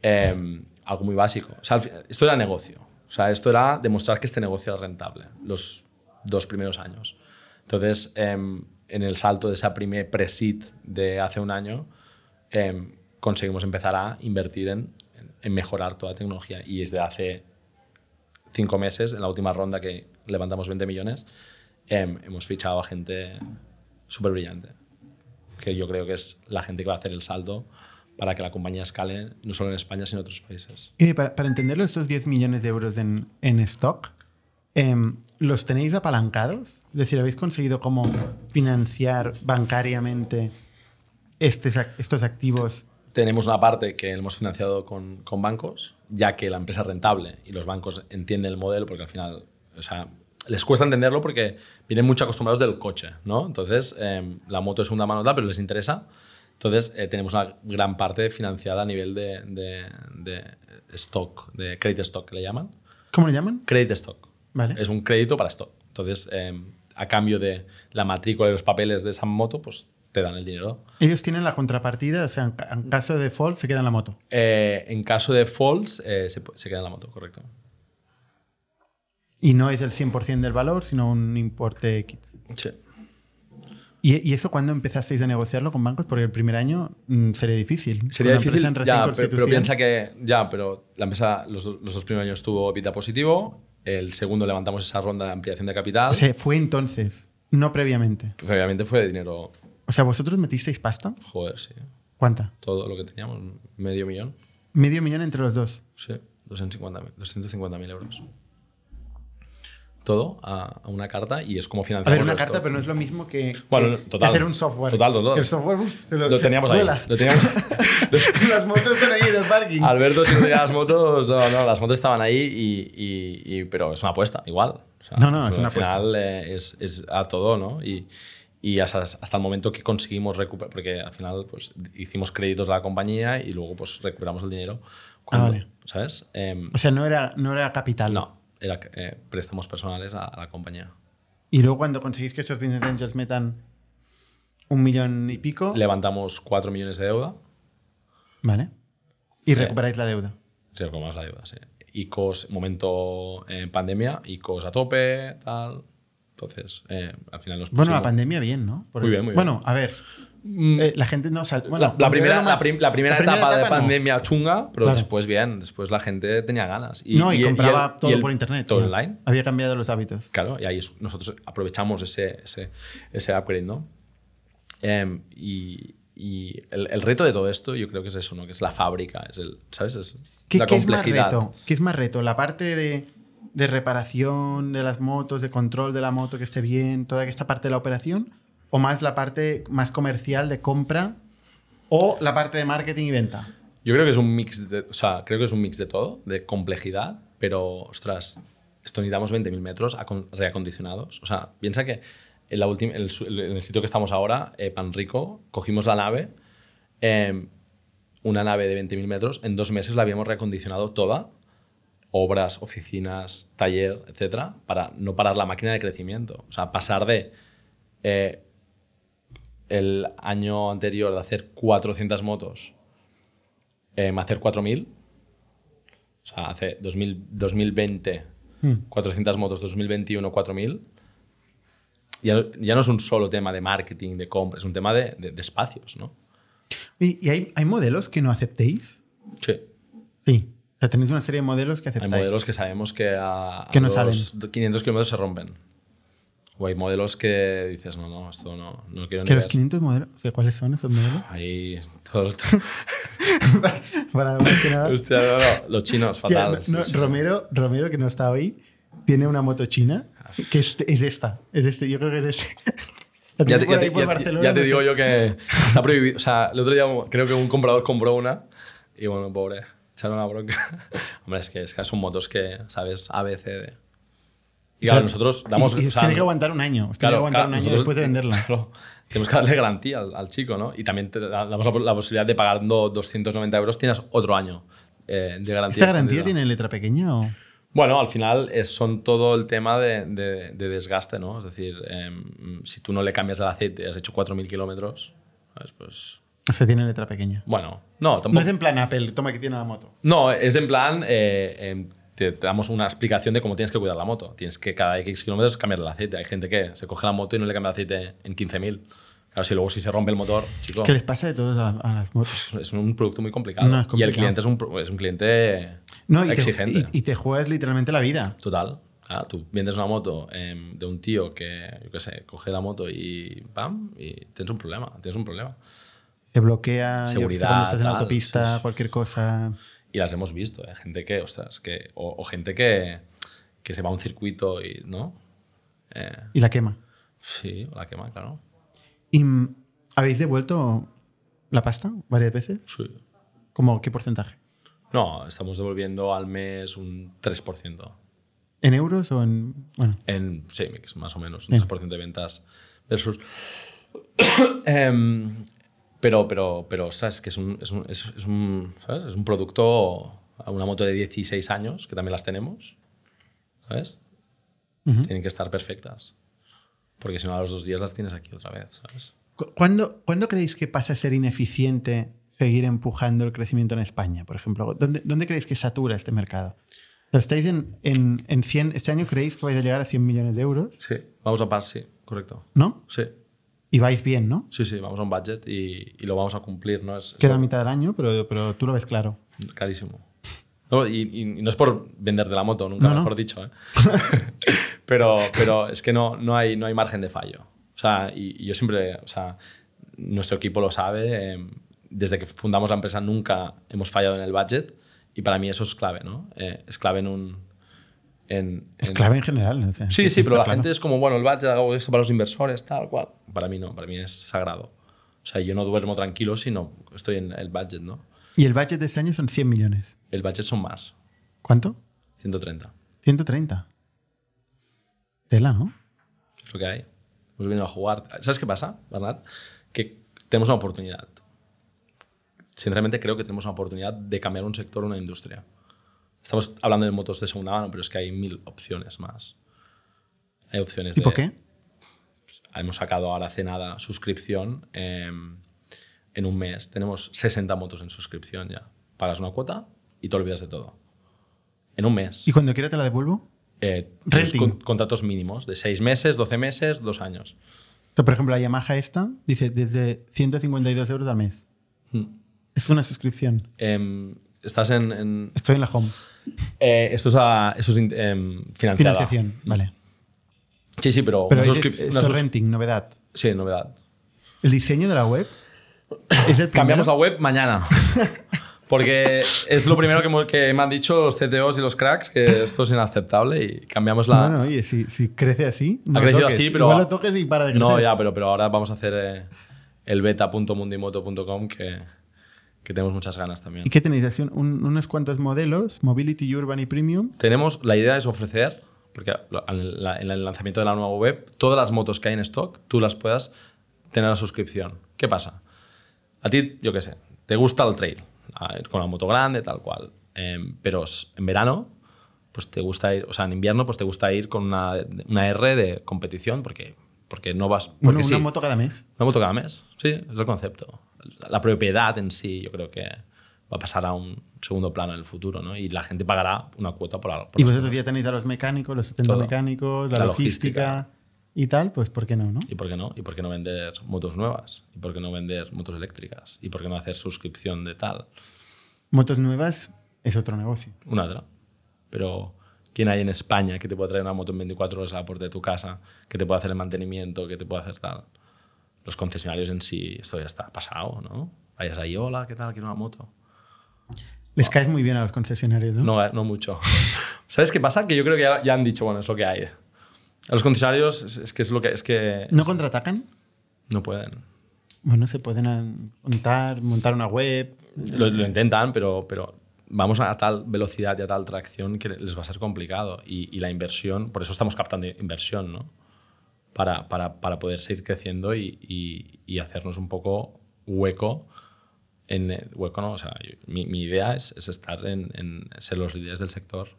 S3: Eh, algo muy básico. O sea, al fi- esto era negocio. O sea, esto era demostrar que este negocio era rentable los dos primeros años. Entonces, em, en el salto de esa primer pre-seed de hace un año, em, conseguimos empezar a invertir en, en mejorar toda la tecnología. Y desde hace cinco meses, en la última ronda que levantamos 20 millones, em, hemos fichado a gente súper brillante, que yo creo que es la gente que va a hacer el salto para que la compañía escale no solo en España, sino en otros países.
S1: Eh, para, para entenderlo, estos 10 millones de euros en, en stock, em, ¿los tenéis apalancados? Es decir, ¿habéis conseguido como financiar bancariamente estes ac- estos activos?
S3: Tenemos una parte que hemos financiado con, con bancos, ya que la empresa es rentable y los bancos entienden el modelo porque al final, o sea, les cuesta entenderlo porque vienen mucho acostumbrados del coche, ¿no? Entonces, em, la moto es segunda mano tal, pero les interesa. Entonces, eh, tenemos una gran parte financiada a nivel de, de- de stock, de credit stock que le llaman.
S1: ¿Cómo lo llaman?
S3: Credit stock.
S1: Vale.
S3: Es un crédito para stock. Entonces, eh, a cambio de la matrícula y los papeles de esa moto, pues te dan el dinero.
S1: Ellos tienen la contrapartida, o sea, en, ca- en caso de default se quedan la moto.
S3: Eh, en caso de falls, eh, se, pu- se queda en la moto, correcto.
S1: Y no es el 100% del valor, sino un importe X.
S3: Sí.
S1: ¿Y, y eso cuándo empezasteis a negociarlo con bancos? Porque el primer año mm, sería difícil.
S3: Sería
S1: Con una
S3: difícil.
S1: empresa en recién
S3: Ya, pero, pero
S1: constitución.
S3: piensa que. Ya, pero la empresa, los, do- los dos primeros años tuvo EBITDA positivo. El segundo levantamos esa ronda de ampliación de capital.
S1: O sea, fue entonces, no previamente.
S3: Que obviamente fue de dinero.
S1: O sea, ¿vosotros metisteis pasta?
S3: Joder, sí.
S1: ¿Cuánta?
S3: Todo lo que teníamos, medio millón.
S1: Medio millón entre los dos.
S3: Sí, 250.000 250.000 euros. Todo a, a una carta y es como
S1: A
S3: financiamos
S1: ver, una
S3: esto.
S1: carta, pero no es lo mismo que, que-
S3: Bueno,
S1: que
S3: total.
S1: hacer un software.
S3: Total, total.
S1: El software, uff, se
S3: Lo teníamos ahí.
S1: vuela.
S3: Lo teníamos.
S1: Las motos están ahí en el parking.
S3: Alberto, si no tenía las motos, no, no, las motos estaban ahí, y, y- y- pero es una apuesta, igual. O sea,
S1: No, no, es
S3: al
S1: una apuesta.
S3: final eh, es, es a todo, ¿no? Y, y hasta, hasta el momento que conseguimos recuperar, porque al final pues, hicimos créditos a la compañía y luego pues recuperamos el dinero. Cuando,
S1: Ah, vale.
S3: ¿Sabes? Em,
S1: O sea, no era, no era capital.
S3: no, era eh, préstamos personales a- a la compañía.
S1: Y luego cuando conseguís que estos business angels metan un millón y pico,
S3: levantamos 4 millones de deuda,
S1: ¿vale? Y
S3: Eh.
S1: recuperáis la deuda.
S3: recuperamos la deuda, sí. ICOs, momento eh, pandemia, ICOs a tope, tal. Entonces, eh, al final nos
S1: Bueno, la
S3: pusimos-
S1: pandemia bien, ¿no? Porque-
S3: Muy bien, muy bien.
S1: bueno, a ver,
S3: Mm,
S1: eh, la gente no sal... bueno,
S3: la, la
S1: cuando
S3: primera,
S1: era
S3: la,
S1: más-
S3: prim- la primera etapa, de
S1: no.
S3: pandemia chunga, pero
S1: Claro.
S3: después bien, después la gente tenía ganas.
S1: No, y, compraba
S3: el-
S1: todo
S3: y el-
S1: por internet.
S3: Todo
S1: tío.
S3: online.
S1: Había cambiado los hábitos.
S3: Claro, y ahí es- nosotros aprovechamos ese, ese, ese upgrade, ¿no? Em, y y el, el reto de todo esto, yo creo que es eso, ¿no? Que es la fábrica, es el, ¿sabes? Es
S1: ¿Qué,
S3: la
S1: qué es más
S3: complejidad.
S1: reto? ¿Qué es más reto? ¿La parte de, de reparación de las motos, de control de la moto que esté bien, toda esta parte de la operación? ¿O más la parte más comercial de compra? ¿O la parte de marketing y venta?
S3: Yo creo que es un mix de, o sea, creo que es un mix de todo, de complejidad, pero ostras, esto necesitamos 20.000 metros acon- reacondicionados. O sea, piensa que en, la última- en el, su- en el sitio que estamos ahora, eh, Panrico, cogimos la nave, eh, una nave de 20.000 metros, en dos meses la habíamos reacondicionado toda, obras, oficinas, taller, etcétera, para no parar la máquina de crecimiento. O sea, pasar de eh, el año anterior de hacer 400 motos eh, hacer 4.000. O sea, hace 2000, 2020
S1: Hmm.
S3: 400 motos, 2021 4.000. Ya, no- ya no es un solo tema de marketing, de compra, es un tema de, de- de espacios, ¿no?
S1: ¿Y, y hay, hay modelos que no aceptéis?
S3: Sí.
S1: Sí. O sea, tenéis una serie de modelos que
S3: Hay
S1: aceptáis.
S3: modelos que sabemos que a, a
S1: Que no
S3: los 500 kilómetros se rompen. O hay modelos que dices, no, no, esto no, no quiero ni
S1: Que los
S3: ver".
S1: 500 modelos, o sea, ¿cuáles son esos modelos?
S3: Ahí todo,
S1: Para más que nada.
S3: Hostia, no, no, los chinos,
S1: Hostia,
S3: fatal.
S1: no,
S3: Sí, sí.
S1: Romero, Romero, que no está hoy, tiene una moto china que es, es esta. Es este, yo creo que es este. La tiene
S3: Ya te,
S1: por
S3: ya te-
S1: ahí por
S3: ya-
S1: Barcelona,
S3: ya te
S1: no sé.
S3: digo yo que está prohibido. O sea, el otro día creo que un comprador compró una y bueno, pobre, echaron la bronca. Hombre, es que, es que son motos que, ¿sabes? ABCD. Y claro, nosotros damos.
S1: Y, y
S3: o sea,
S1: tiene que aguantar un año. os tiene que
S3: Claro,
S1: aguantar
S3: claro,
S1: un año
S3: nosotros-
S1: después de venderla.
S3: claro, tenemos que darle garantía al, al chico, ¿no? Y también te da- damos la, la posibilidad de pagando 290 euros, tienes otro año eh, de garantía.
S1: ¿Esta garantía
S3: extendida.
S1: tiene letra pequeña o.?
S3: Bueno, al final es, son todo el tema de, de- de desgaste, ¿no? Es decir, em, si tú no le cambias el aceite, has hecho 4.000 kilómetros, ¿sabes? pues.
S1: O sea, tiene letra pequeña.
S3: Bueno, no, tampoco.
S1: No es en plan Apple, toma que tiene la moto.
S3: No, es en plan, eh, em, te, te damos una explicación de cómo tienes que cuidar la moto. Tienes que cada X kilómetros cambiar el aceite. Hay gente que se coge la moto y no le cambia el aceite en 15.000. Claro, si luego si se rompe el motor, chico,
S1: Que les pasa de todos a, a las motos.
S3: es un producto muy complicado.
S1: No, es
S3: Y el
S1: complicado.
S3: cliente es un, pro- es un cliente
S1: No, y,
S3: exigente.
S1: Te, y, y te juegas literalmente la vida.
S3: Total. Ah, tú vendes una moto em, de un tío que, yo qué sé, coge la moto y pam, y tienes un problema, tienes un problema.
S1: Se bloquea, yo qué sé,
S3: Seguridad,
S1: cuando estás en la
S3: tal,
S1: autopista,
S3: sí.
S1: cualquier cosa.
S3: Y las hemos visto, ¿eh? gente que, ostras, que, o, o gente que, que se va a un circuito y, ¿no? Eh,
S1: Y la quema.
S3: sí, o la quema, claro.
S1: ¿Y mm, habéis devuelto la pasta varias veces?
S3: Sí.
S1: ¿Cómo qué porcentaje?
S3: No, estamos devolviendo al mes un 3%.
S1: ¿En euros o en.? Bueno,
S3: En, sí, mix, más o menos, un
S1: Bien.
S3: 3% de ventas versus... Em, pero, pero, pero, ostras, es que es un, es un, es- es un, ¿sabes? Es un producto, una moto de 16 años, que también las tenemos, ¿sabes?
S1: Ujú.
S3: Tienen que estar perfectas. Porque si no, a los dos días las tienes aquí otra vez, ¿sabes?
S1: ¿cu- ¿cuándo, ¿Cuándo creéis que pasa a ser ineficiente seguir empujando el crecimiento en España, por ejemplo? ¿Dónde, dónde creéis que satura este mercado? O sea, Estáis en, en, en 100, este año creéis que vais a llegar a 100 millones de euros,
S3: Sí. Vamos a par, sí, correcto.
S1: ¿no?
S3: Sí,
S1: Y vais bien, ¿no?
S3: sí, sí, vamos a un budget y, y lo vamos a cumplir, ¿no? Es,
S1: Queda la mitad del año, pero, pero tú lo ves claro.
S3: Carísimo. No, y, y- y no es por venderte la moto, nunca
S1: No, no.
S3: mejor dicho. ¿eh? pero, pero es que no, no, hay, no hay margen de fallo. O sea, y, y yo siempre, o sea, nuestro equipo lo sabe. eh, desde que fundamos la empresa nunca hemos fallado en el budget. Y para mí eso es clave, ¿no? Eh, es clave en un. En,
S1: Es
S3: en-
S1: clave en general. o sea,
S3: Sí, sí, pero la
S1: claro.
S3: gente es como, bueno, el budget hago esto para los inversores, tal cual. Para mí no, para mí es sagrado. O sea, yo no duermo tranquilo si no estoy en el budget, ¿no?
S1: Y el budget de este año son 100 millones.
S3: El budget son más.
S1: ¿Cuánto?
S3: 130.
S1: 130. Tela, ¿no?
S3: Es lo que hay. Hemos venido a jugar. ¿Sabes qué pasa, Bernat? Que tenemos una oportunidad. Sinceramente creo que tenemos una oportunidad de cambiar un sector, una industria. Estamos hablando de motos de segunda mano, pero es que hay mil opciones más. Hay opciones
S1: ¿Tipo
S3: de-
S1: qué?
S3: Hemos sacado ahora hace nada suscripción em, en un mes. Tenemos 60 motos en suscripción ya. Pagas una cuota y te olvidas de todo. En un mes.
S1: ¿Y cuando quiera te la devuelvo? O
S3: Eh,
S1: Renting.
S3: con- contratos mínimos de 6 meses, 12 meses, 2 años.
S1: sea, por ejemplo, la Yamaha esta dice desde 152 euros al mes.
S3: Hmm.
S1: Es una suscripción.
S3: Em, estás en. en-
S1: Estoy en la home.
S3: eh, esto es, a, esto es in- em, financiada.
S1: Financiación, vale.
S3: Sí, sí, pero.
S1: Pero
S3: una
S1: es,
S3: suscrip-
S1: esto
S3: una
S1: es
S3: sus-
S1: renting, novedad.
S3: Sí, novedad.
S1: El diseño de la web es el primero.
S3: Cambiamos la web mañana. Porque es lo primero que, mo- que me han dicho los CTOs y los cracks, que esto es inaceptable y cambiamos
S1: No,
S3: la.
S1: no, oye, si, si crece así. No
S3: ha
S1: lo
S3: crecido
S1: toques.
S3: así, pero.
S1: Igual lo toques y para de crecer.
S3: No, ya, pero, pero ahora vamos a hacer eh, el beta.mundimoto.com que, que tenemos muchas ganas también.
S1: ¿Y qué tenéis? Así un- un- unos cuantos modelos, Mobility, Urban y Premium.
S3: Tenemos, la idea es ofrecer, porque lo- al- la- en el lanzamiento de la nueva web, todas las motos que hay en stock, tú las puedas tener a suscripción. ¿Qué pasa? A ti, yo qué sé, te gusta el trail, a ir con la moto grande, tal cual. Em, pero s- en verano, pues te gusta ir, o sea, en invierno, pues te gusta ir con una, una R de competición, porque, porque no vas. Porque
S1: Bueno, una
S3: sí.
S1: moto cada mes.
S3: Una moto cada mes, sí, es el concepto. La propiedad en sí, yo creo que va a pasar a un segundo plano en el futuro, ¿no? Y la gente pagará una cuota por algo.
S1: Y vosotros ya tenéis a los mecánicos, los 70
S3: Todo.
S1: mecánicos, la,
S3: La
S1: logística,
S3: logística.
S1: y tal, pues ¿por qué no, no?
S3: ¿Y por qué no? ¿Y por qué no vender motos nuevas? ¿Y por qué no vender motos eléctricas? ¿Y por qué no hacer suscripción de tal?
S1: Motos nuevas es otro negocio.
S3: Una otra. Pero ¿quién hay en España que te pueda traer una moto en 24 horas a la puerta de tu casa? ¿Que te pueda hacer el mantenimiento? ¿Que te pueda hacer tal? Los concesionarios en sí, esto ya está pasado, ¿no? Vayas ahí, hola, ¿qué tal? Quiero una moto.
S1: Les caes muy bien a los concesionarios, ¿no?
S3: No, eh, no mucho. ¿Sabes qué pasa? Que yo creo que ya, ya han dicho, bueno, es lo que hay. A los concesionarios es, es que es lo que... Es que
S1: ¿No contraatacan?
S3: no pueden.
S1: Bueno, se pueden an- montar, montar una web.
S3: Lo, lo intentan, pero, pero vamos a tal velocidad y a tal tracción que les va a ser complicado. Y, y la inversión, por eso estamos captando inversión, ¿no? Para, para, para poder seguir creciendo y, y- y hacernos un poco hueco. En el hueco, ¿no? O sea, yo- mi, mi idea es, es estar en, en ser los líderes del sector.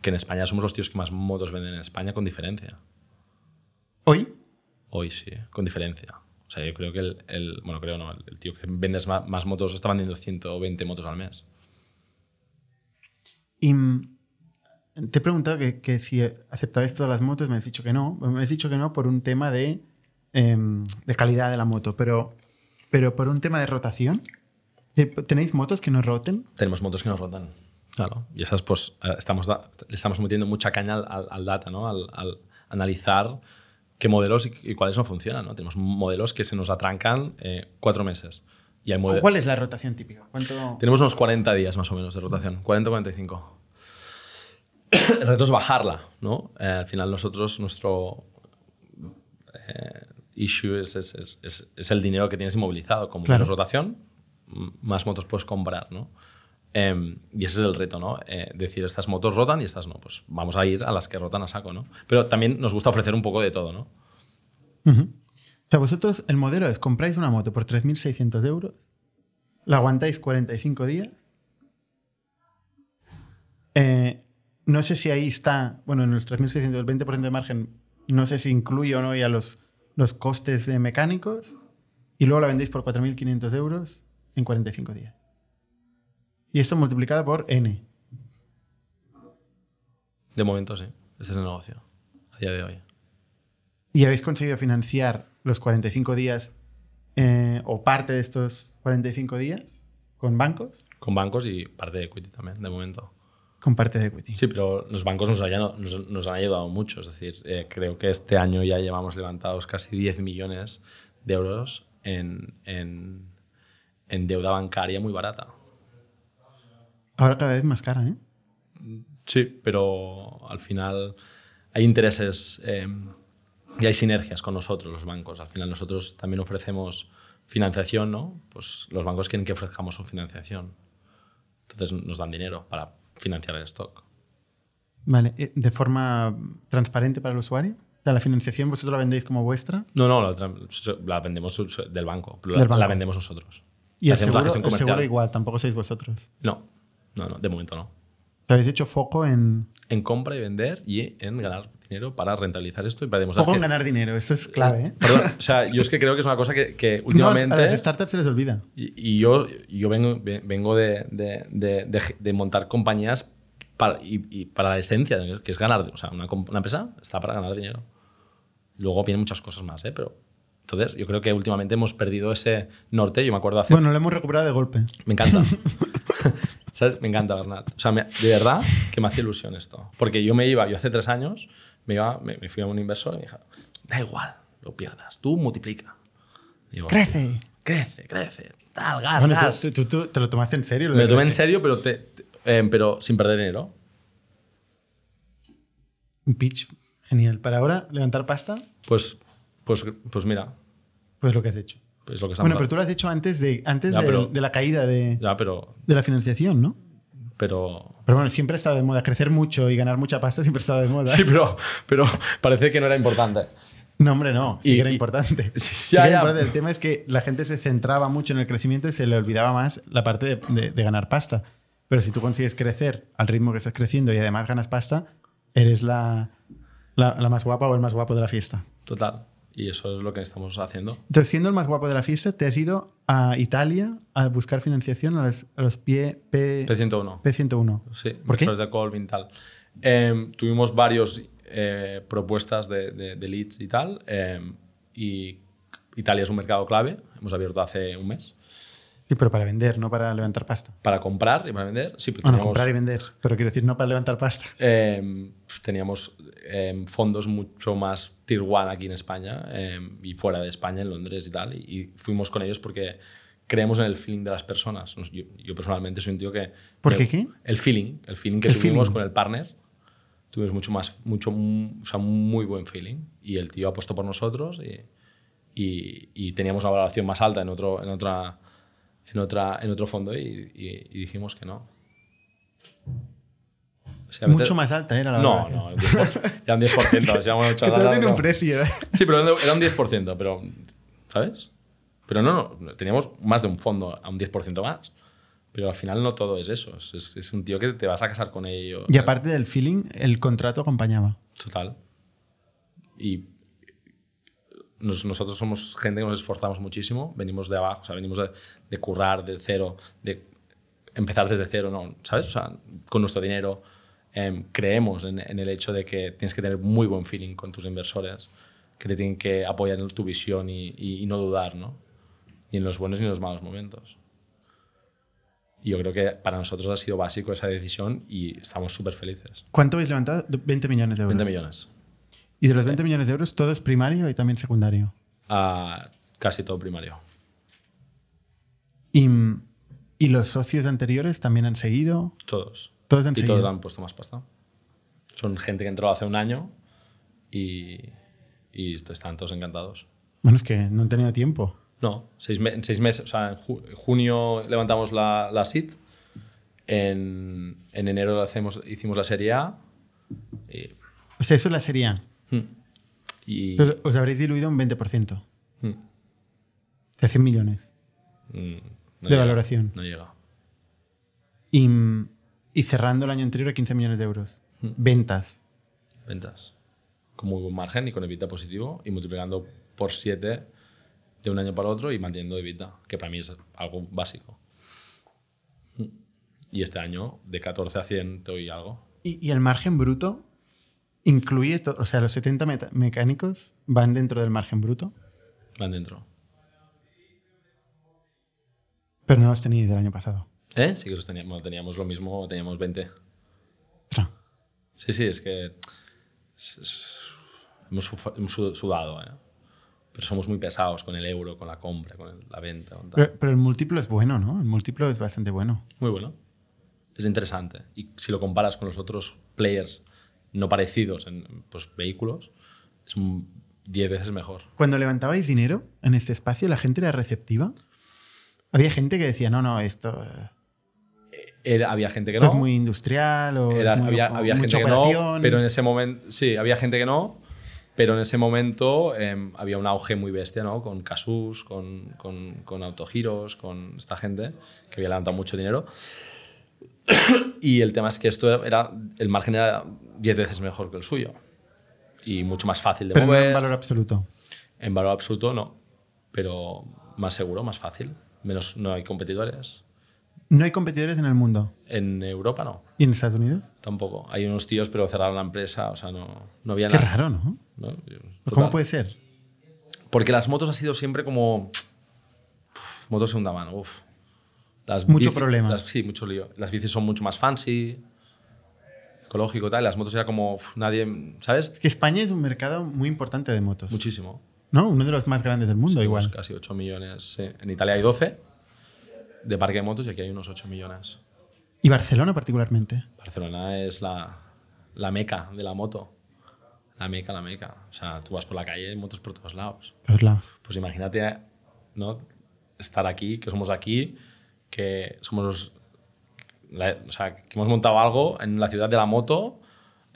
S3: Que en España somos los tíos que más motos venden en España, con diferencia.
S1: Hoy,
S3: Hoy sí, con diferencia. O sea, yo creo que el, el- bueno, creo no, el, el tío que vende ma- más, motos está vendiendo 120 motos al mes.
S1: y mm, te he preguntado que, que si aceptabais todas las motos, me has dicho que no. Me has dicho que no por un tema de, em, de calidad de la moto, pero, pero por un tema de rotación. Eh, ¿Tenéis motos que no roten?
S3: Tenemos motos que nos rotan. Claro. Y esas, pues, eh, estamos, da- le estamos metiendo mucha caña al, al- al data, ¿no? Al, al analizar qué modelos y, y cuáles no funcionan, ¿no? Tenemos modelos que se nos atrancan eh, cuatro meses. Y hay mode-
S1: ¿Cuál es la rotación típica? ¿Cuánto?
S3: Tenemos unos 40 días más o menos de rotación, 40-45. El reto es bajarla, ¿no? Eh, al final nosotros, nuestro eh, issue es, es- es- es- es el dinero que tienes inmovilizado. Como
S1: Claro.
S3: menos rotación, m- más motos puedes comprar, ¿no? Em, y ese es el reto, ¿no? Eh, decir, estas motos rotan y estas no. Pues vamos a ir a las que rotan a saco, ¿no? Pero también nos gusta ofrecer un poco de todo, ¿no?
S1: Ujú. O sea, vosotros el modelo es, compráis una moto por 3.600 euros, la aguantáis 45 días. Eh, no sé si ahí está, bueno, en los 3.600, el 20% de margen, no sé si incluye o no ya los, los costes de mecánicos, y luego la vendéis por 4.500 euros en 45 días. Y esto multiplicado por N.
S3: De momento, sí. Este es el negocio, a día de hoy.
S1: y habéis conseguido financiar los 45 días eh, o parte de estos 45 días con bancos,
S3: Con bancos y parte de equity también, de momento.
S1: con parte de equity.
S3: Sí, pero los bancos nos, hayan- nos- nos han ayudado mucho. Es decir, eh, creo que este año ya llevamos levantados casi 10 millones de euros en, en- en deuda bancaria muy barata.
S1: Ahora cada vez más cara, ¿eh?
S3: Sí, pero al final hay intereses eh, y hay sinergias con nosotros, los bancos. Al final nosotros también ofrecemos financiación, ¿no? Pues los bancos quieren que ofrezcamos su financiación. Entonces nos dan dinero para financiar el stock.
S1: Vale, eh, de forma transparente para el usuario. O sea, la financiación vosotros la vendéis como vuestra
S3: No, no, la, otra- la vendemos del banco, pero la-
S1: Del banco.
S3: la vendemos nosotros.
S1: y el
S3: Hacemos la
S1: seguro,
S3: gestión
S1: el seguro
S3: comercial.
S1: igual, tampoco sois vosotros.
S3: No, no, no, de momento no.
S1: O sea, habéis hecho foco en,
S3: En compra y vender y en ganar dinero para rentabilizar esto y para demostrar
S1: foco en
S3: que-
S1: ganar dinero, eso es clave, ¿eh?
S3: Perdón, o sea, yo es que creo que es una cosa que, que
S1: No,
S3: últimamente...
S1: a las startups se les olvida.
S3: Y, y yo, yo vengo, ve- vengo de, de- de- de ge- de montar compañías para, y, y para la esencia, ¿no? que es ganar. O sea, una, comp- una empresa está para ganar dinero. Luego vienen muchas cosas más, ¿eh? Pero, entonces, yo creo que últimamente hemos perdido ese norte. Yo me acuerdo hace
S1: Bueno, lo hemos recuperado de golpe.
S3: Me encanta. ¿Sabes? Me encanta, Bernat. O sea, me- de verdad que me hace ilusión esto. Porque yo me iba, yo hace tres años, me, iba, me, me fui a un inversor y me dijo, da igual, lo pierdas, tú multiplica. Digo,
S1: Crece.
S3: crece, crece, tal, gas,
S1: Bueno,
S3: gas.
S1: tú, tú- tú te lo tomaste en serio. lo
S3: me
S1: de
S3: lo tomé en
S1: crece.
S3: serio, pero, te- te- eh, pero sin perder dinero.
S1: Un pitch genial. Para ahora levantar pasta,
S3: Pues, pues, pues mira,
S1: pues lo que has hecho.
S3: es lo que estamos
S1: Bueno, pero tú lo has dicho antes de, antes
S3: Ya,
S1: de,
S3: pero-
S1: de la caída de,
S3: Ya, pero,
S1: de la financiación, ¿no?
S3: pero
S1: Pero bueno, siempre ha estado de moda. Crecer mucho y ganar mucha pasta siempre ha estado de moda.
S3: Sí, pero, pero parece que no era importante.
S1: No, hombre, no. Sí
S3: Y-
S1: que era
S3: y-
S1: importante.
S3: Sí,
S1: Sí
S3: ya,
S1: que era
S3: ya.
S1: importante. El tema es que la gente se centraba mucho en el crecimiento y se le olvidaba más la parte de, de- de ganar pasta. Pero si tú consigues crecer al ritmo que estás creciendo y además ganas pasta, eres la, la- la más guapa o el más guapo de la fiesta.
S3: Total. Y eso es lo que estamos haciendo.
S1: Entonces, siendo el más guapo de la fiesta, te has ido a Italia a buscar financiación a los, a los pie, P,
S3: P101.
S1: P101.
S3: Sí,
S1: ¿Por qué?
S3: inversores de Colvin tal. Eh, tuvimos varias propuestas de, de- de leads y tal. eh, y Italia es un mercado clave. Hemos abierto hace un mes
S1: Sí, pero para vender, no para levantar pasta.
S3: para comprar y para vender. Sí, pero
S1: Bueno,
S3: teníamos,
S1: Ah, comprar y vender, pero quiero decir, no para levantar pasta.
S3: eh, teníamos, eh, fondos mucho más tier one aquí en España eh, y fuera de España, en Londres y tal. Y, y fuimos con ellos porque creemos en el feeling de las personas. Nos- Yo, yo personalmente soy un tío que...
S1: ¿Por
S3: que-
S1: qué qué?
S3: El feeling. El feeling que
S1: El
S3: tuvimos
S1: feeling.
S3: con el partner. Tuvimos mucho más, mucho, mm, o sea, muy buen feeling. Y el tío apostó por nosotros y, y- y teníamos una valoración más alta en, otro, en otra en, otra, en otro fondo y, y- y dijimos que no. O sea, a veces-
S1: Mucho más alta era la
S3: No,
S1: valoración.
S3: no, el 10%, era un 10%. o sea, una
S1: Que todo
S3: chorrada,
S1: tiene un
S3: no.
S1: precio. ¿eh?
S3: Sí, pero era un 10%, pero. ¿Sabes? Pero no, no, teníamos más de un fondo a un 10% más. Pero al final no todo es eso. Es, es un tío que te vas a casar con ello.
S1: Y aparte del feeling, el contrato acompañaba.
S3: Total. Y nos- nosotros somos gente que nos esforzamos muchísimo, venimos de abajo, o sea, venimos de, de currar, de cero, de empezar desde cero, ¿no? ¿sabes? O sea, con nuestro dinero em, creemos en, en el hecho de que tienes que tener muy buen feeling con tus inversores, que te tienen que apoyar en tu visión y, y- y no dudar, ¿no? Ni en los buenos ni en los malos momentos. Y yo creo que para nosotros ha sido básico esa decisión y estamos súper felices.
S1: ¿Cuánto habéis levantado? 20 millones de euros.
S3: 20 millones.
S1: Y de los 20 millones de euros, todo es primario y también secundario.
S3: a casi todo primario.
S1: Y, y los socios anteriores también han seguido.
S3: Todos.
S1: Todos han
S3: y
S1: seguido.
S3: todos han puesto más pasta. Son gente que entró hace un año y, y están todos encantados.
S1: Bueno, es que no han tenido tiempo.
S3: No, seis me- en seis meses, o sea, en ju- junio levantamos la, la SID, en, en enero hacemos, hicimos la Serie A y, hmm,
S1: O sea, eso es la serie A.
S3: y-
S1: Pero Os habréis diluido un 20%.
S3: Mm.
S1: De 100 millones.
S3: mm,
S1: De
S3: no llega,
S1: valoración.
S3: No llega.
S1: Y, y cerrando el año anterior a 15 millones de euros.
S3: Hmm.
S1: Ventas.
S3: ventas con muy buen margen y con EBITDA positivo y multiplicando por 7 de un año para otro y manteniendo EBITDA, que para mí es algo básico. Y este año de 14 a 100 y algo.
S1: Y, y el margen bruto incluye, to- o sea, los 70 meta- mecánicos van dentro del margen bruto,
S3: Van dentro.
S1: pero no los teníais del año pasado.
S3: ¿Eh? Sí que los teníamos, bueno, teníamos lo mismo, teníamos 20.
S1: Tra.
S3: Sí, sí, es que es- es- hemos, suf- hemos su- sudado, ¿eh? Pero somos muy pesados con el euro, con la compra, con el- la venta. con tal.
S1: Pero, pero el múltiplo es bueno, ¿no? El múltiplo es bastante bueno.
S3: Muy bueno. Es interesante. Y si lo comparas con los otros players no parecidos en pues, vehículos, es un 10 veces mejor.
S1: Cuando levantabais dinero en este espacio, ¿la gente era receptiva? Había gente que decía, no, no, esto, eh,
S3: Era- había gente que
S1: esto
S3: no.
S1: es muy industrial o
S3: Era-
S1: es muy-
S3: había
S1: o
S3: había
S1: mucha
S3: gente que no.
S1: operación".
S3: Pero en ese momento. Sí, había gente que no. Pero en ese momento em, había un auge muy bestia, ¿no? Con Casus, con, con, con Autogiros, con esta gente que había levantado mucho dinero. y el tema es que esto era. El margen era 10 veces mejor que el suyo. Y mucho más fácil de
S1: Pero no
S3: mover.
S1: en valor absoluto.
S3: En valor absoluto no, pero más seguro, más fácil. Menos no hay competidores.
S1: No hay competidores en el mundo.
S3: En Europa no,
S1: ¿Y en Estados Unidos?
S3: tampoco. Hay unos tíos, pero cerraron la empresa, o sea, no, no había
S1: Qué
S3: nada.
S1: raro, ¿no?
S3: ¿no?
S1: ¿Cómo
S3: Total.
S1: puede ser?
S3: Porque las motos ha sido siempre como. uf, motos segunda mano, uf. Las
S1: Mucho problema.
S3: las- sí, mucho lío. Las bicis son mucho más fancy, ecológico, tal. Las motos era como. uf, nadie.
S1: Es
S3: ¿Sabes?
S1: que España es un mercado muy importante de motos.
S3: Muchísimo.
S1: ¿No? Uno de los más grandes del mundo,
S3: Sí,
S1: igual.
S3: unos Casi 8 millones. sí. En Italia hay 12 de parque de motos y aquí hay unos 8 millones.
S1: Y Barcelona particularmente.
S3: Barcelona es la, la meca de la moto. La meca, la meca. O sea, tú vas por la calle, hay motos por todos lados.
S1: Todos lados.
S3: Pues imagínate, ¿no? Estar aquí, que somos aquí, que somos los- la- o sea, que hemos montado algo en la ciudad de la moto,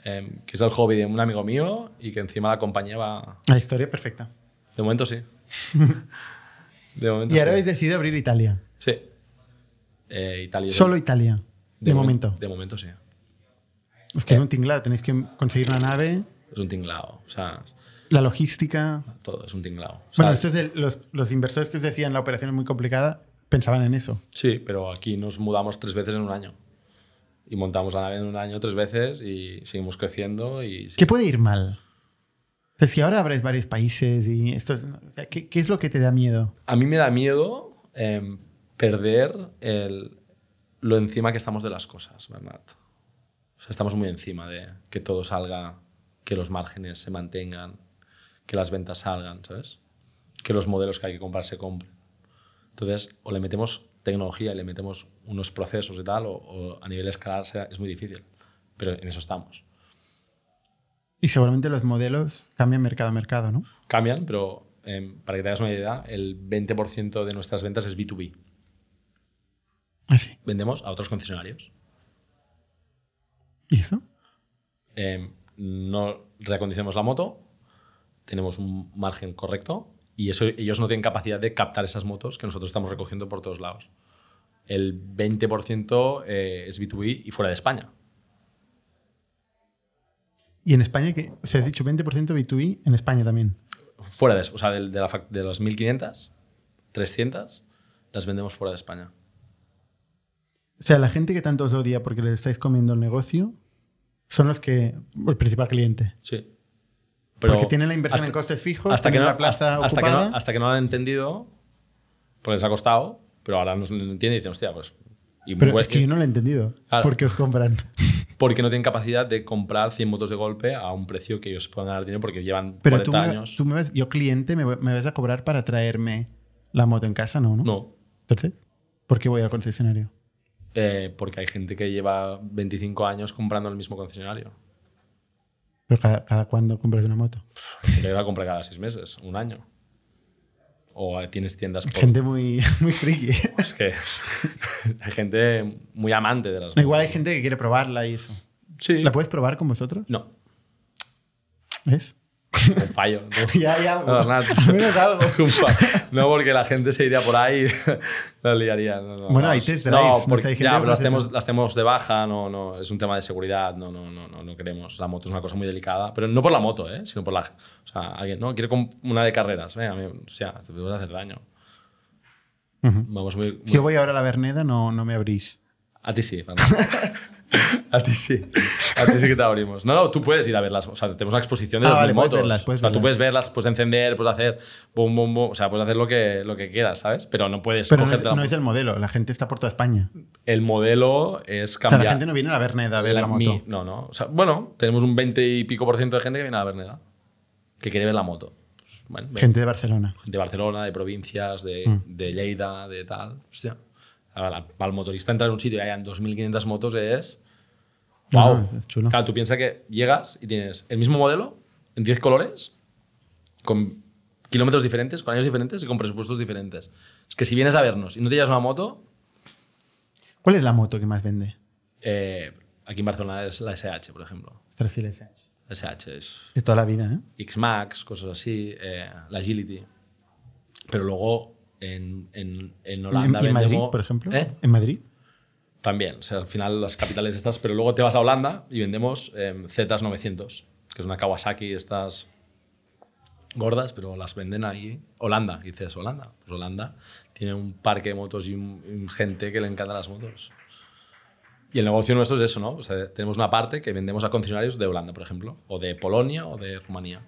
S3: eh, que es el hobby de un amigo mío y que encima la compañía va...
S1: La historia perfecta.
S3: De momento sí. De momento
S1: Y ahora
S3: sí.
S1: habéis decidido abrir Italia.
S3: Sí. Eh, Italia.
S1: Solo Italia. De,
S3: momen-
S1: momento.
S3: De momento sí.
S1: Es que es un tinglado. Tenéis que conseguir la nave,
S3: Es un tinglao. O sea,
S1: la logística.
S3: todo es un tinglao. O sea,
S1: Bueno, esto es el- los, los inversores que os decían la operación es muy complicada pensaban en eso.
S3: Sí, pero aquí nos mudamos tres veces en un año. Y montamos la nave en un año tres veces y seguimos creciendo. Y sí.
S1: ¿Qué puede ir mal? O sea, si ahora abres varios países y esto es- o sea, ¿qué, qué es lo que te da miedo?
S3: A mí me da miedo em, perder el- lo encima que estamos de las cosas, Bernat. O sea, estamos muy encima de que todo salga, que los márgenes se mantengan, que las ventas salgan, ¿sabes? Que los modelos que hay que comprar se compren. Entonces, o le metemos tecnología y le metemos unos procesos y tal, o, o a nivel escalar sea- es muy difícil. Pero en eso estamos.
S1: Y seguramente los modelos cambian mercado a mercado, ¿no?
S3: cambian, pero em, para que te hagas una idea, el 20% de nuestras ventas es B2B.
S1: Ah, sí.
S3: vendemos a otros concesionarios.
S1: ¿Y eso?
S3: Eh, no reacondicionamos la moto, tenemos un margen correcto y eso, ellos no tienen capacidad de captar esas motos que nosotros estamos recogiendo por todos lados. El 20% eh, es B2B y fuera de España.
S1: Y en España, que o sea, has dicho 20% B2B en España también.
S3: Fuera de, o sea, de, de la fac- de las 1.500, 300 las vendemos fuera de España.
S1: O sea, la gente que tanto os odia porque les estáis comiendo el negocio son los que. el principal cliente.
S3: Sí. Pero
S1: porque tienen la inversión
S3: hasta-
S1: en costes fijos,
S3: hasta que,
S1: tienen
S3: no,
S1: la plaza
S3: hasta, hasta que no-
S1: ocupada.
S3: hasta que no lo han entendido, porque les ha costado, pero ahora no lo entienden y dicen, hostia, pues. y
S1: pero es
S3: pues-
S1: que yo no lo he entendido.
S3: Claro.
S1: Porque os compran.
S3: Porque no tienen capacidad de comprar 100 motos de golpe a un precio que ellos puedan ganar dinero porque llevan
S1: Pero
S3: 40
S1: tú me,
S3: años.
S1: tú me vas, yo cliente, me, me vas a cobrar para traerme la moto en casa, ¿no? No.
S3: No,
S1: Entonces, ¿por qué voy al concesionario?
S3: eh, porque hay gente que lleva 25 años comprando en el mismo concesionario.
S1: Pero cada, cada cuándo compras una moto.
S3: Gente que la compra cada 6 meses, un año. O eh, tienes tiendas por.
S1: Gente muy, muy friki.
S3: Es que hay gente muy amante de las.
S1: No, Igual hay gente que quiere probarla y eso.
S3: Sí.
S1: ¿La puedes probar con vosotros?
S3: No,
S1: ¿Ves?
S3: con fallo. no.
S1: Ya hay algo.
S3: No, Hernán.
S1: Al menos algo.
S3: Ufa. No, porque la gente se iría por ahí y la liaría. No, no,
S1: Bueno, hay
S3: vamos.
S1: test drives, no sé,
S3: porque-
S1: hay gente
S3: ya,
S1: que
S3: pero las
S1: hace
S3: tenemos,
S1: test-
S3: las tenemos de baja, no, no, es un tema de seguridad, no, no, no, no, no queremos. La moto es una cosa muy delicada, pero no por la moto, ¿eh? sino por la... O sea, alguien, ¿no? Quiere com- una de carreras, venga, me- o sea, te puedes hacer daño.
S1: Ujú.
S3: Vamos muy... muy-
S1: Si yo voy ahora a la Berneda, no, no me abrís.
S3: A ti sí, Fernando. A ti sí. A ti sí que te abrimos. No, no, tú puedes ir a verlas. O sea, tenemos una exposición de
S1: Ah,
S3: las
S1: vale,
S3: mil
S1: puedes
S3: motos.
S1: verlas, puedes
S3: o sea, tú
S1: verlas.
S3: puedes verlas, puedes encender, puedes hacer bum, bum, bum. O sea, puedes hacer lo que, lo que quieras, ¿sabes? Pero no puedes
S1: Pero no,
S3: cogerte
S1: es-
S3: la
S1: no
S3: moto.
S1: es el modelo, la gente está por toda España.
S3: El modelo es
S1: O sea,
S3: cambiar.
S1: la gente no viene a la Berneda a ver la,
S3: La-
S1: moto.
S3: mi- no, no. O sea, bueno, tenemos un 20 y pico por ciento de gente que viene a la Berneda, que quiere ver la moto. Pues, bueno, ve-
S1: Gente de Barcelona.
S3: de Barcelona, de provincias, de,
S1: Mm.
S3: de Lleida, de tal. Hostia. Ahora, la- para el motorista entrar en un sitio y hayan 2.500 motos es.
S1: No,
S3: ¡Wow!
S1: no, Ah, es chulo.
S3: Claro, tú piensas que llegas y tienes el mismo modelo, en 10 colores, con kilómetros diferentes, con años diferentes y con presupuestos diferentes. Es que si vienes a vernos y no te llevas una moto,
S1: ¿Cuál es la moto que más vende?
S3: eh, aquí en Barcelona es la SH, por ejemplo.
S1: Ostras, sí, la SH.
S3: La SH es
S1: De toda la vida, ¿eh?
S3: X-Max, cosas así, eh, la Agility. Pero luego en, en, en Holanda.
S1: ¿Y en Madrid,
S3: vendemos-
S1: por ejemplo?
S3: ¿Eh?
S1: ¿En Madrid?
S3: También, o sea, al final las capitales estas, pero luego te vas a Holanda y vendemos em, Z900, que es una Kawasaki, estas gordas, pero las venden ahí. Holanda, y dices, Holanda. Pues Holanda tiene un parque de motos y un, y un gente que le encantan las motos. Y el negocio nuestro es eso, ¿no? O sea, tenemos una parte que vendemos a concesionarios de Holanda, por ejemplo, o de Polonia o de Rumanía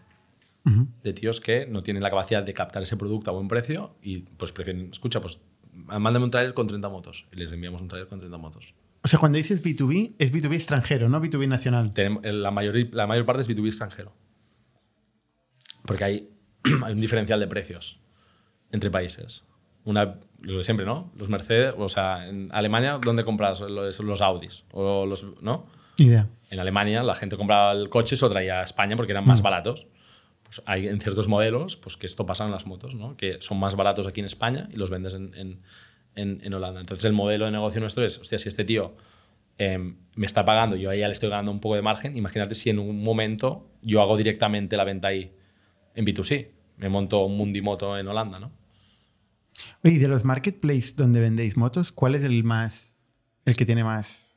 S1: Ujú.
S3: de tíos que no tienen la capacidad de captar ese producto a buen precio y pues prefieren, escucha, pues mándame un trailer con 30 motos y les enviamos un trailer con 30 motos.
S1: O sea, cuando dices B2B, es B2B extranjero, no B2B nacional.
S3: Tenemos, eh, la, mayor, la mayor parte es B2B extranjero. Porque hay, hay un diferencial de precios entre países. Una, lo de siempre, ¿no? Los Mercedes, o sea, en Alemania, ¿dónde compras los, los Audis? O los, ¿no?
S1: Ni idea.
S3: En Alemania la gente compraba el coche y se lo traía a España porque eran más baratos. Pues hay en ciertos modelos pues que esto pasa en las motos, ¿no? que son más baratos aquí en España y los vendes en, en- en- en Holanda. Entonces el modelo de negocio nuestro es, hostia, si este tío em, me está pagando, yo ahí ya le estoy ganando un poco de margen, imagínate si en un momento yo hago directamente la venta ahí en B2C, me monto un Mundimoto en Holanda, ¿no?
S1: Oye, y de los marketplaces donde vendéis motos, ¿cuál es el más. el que tiene más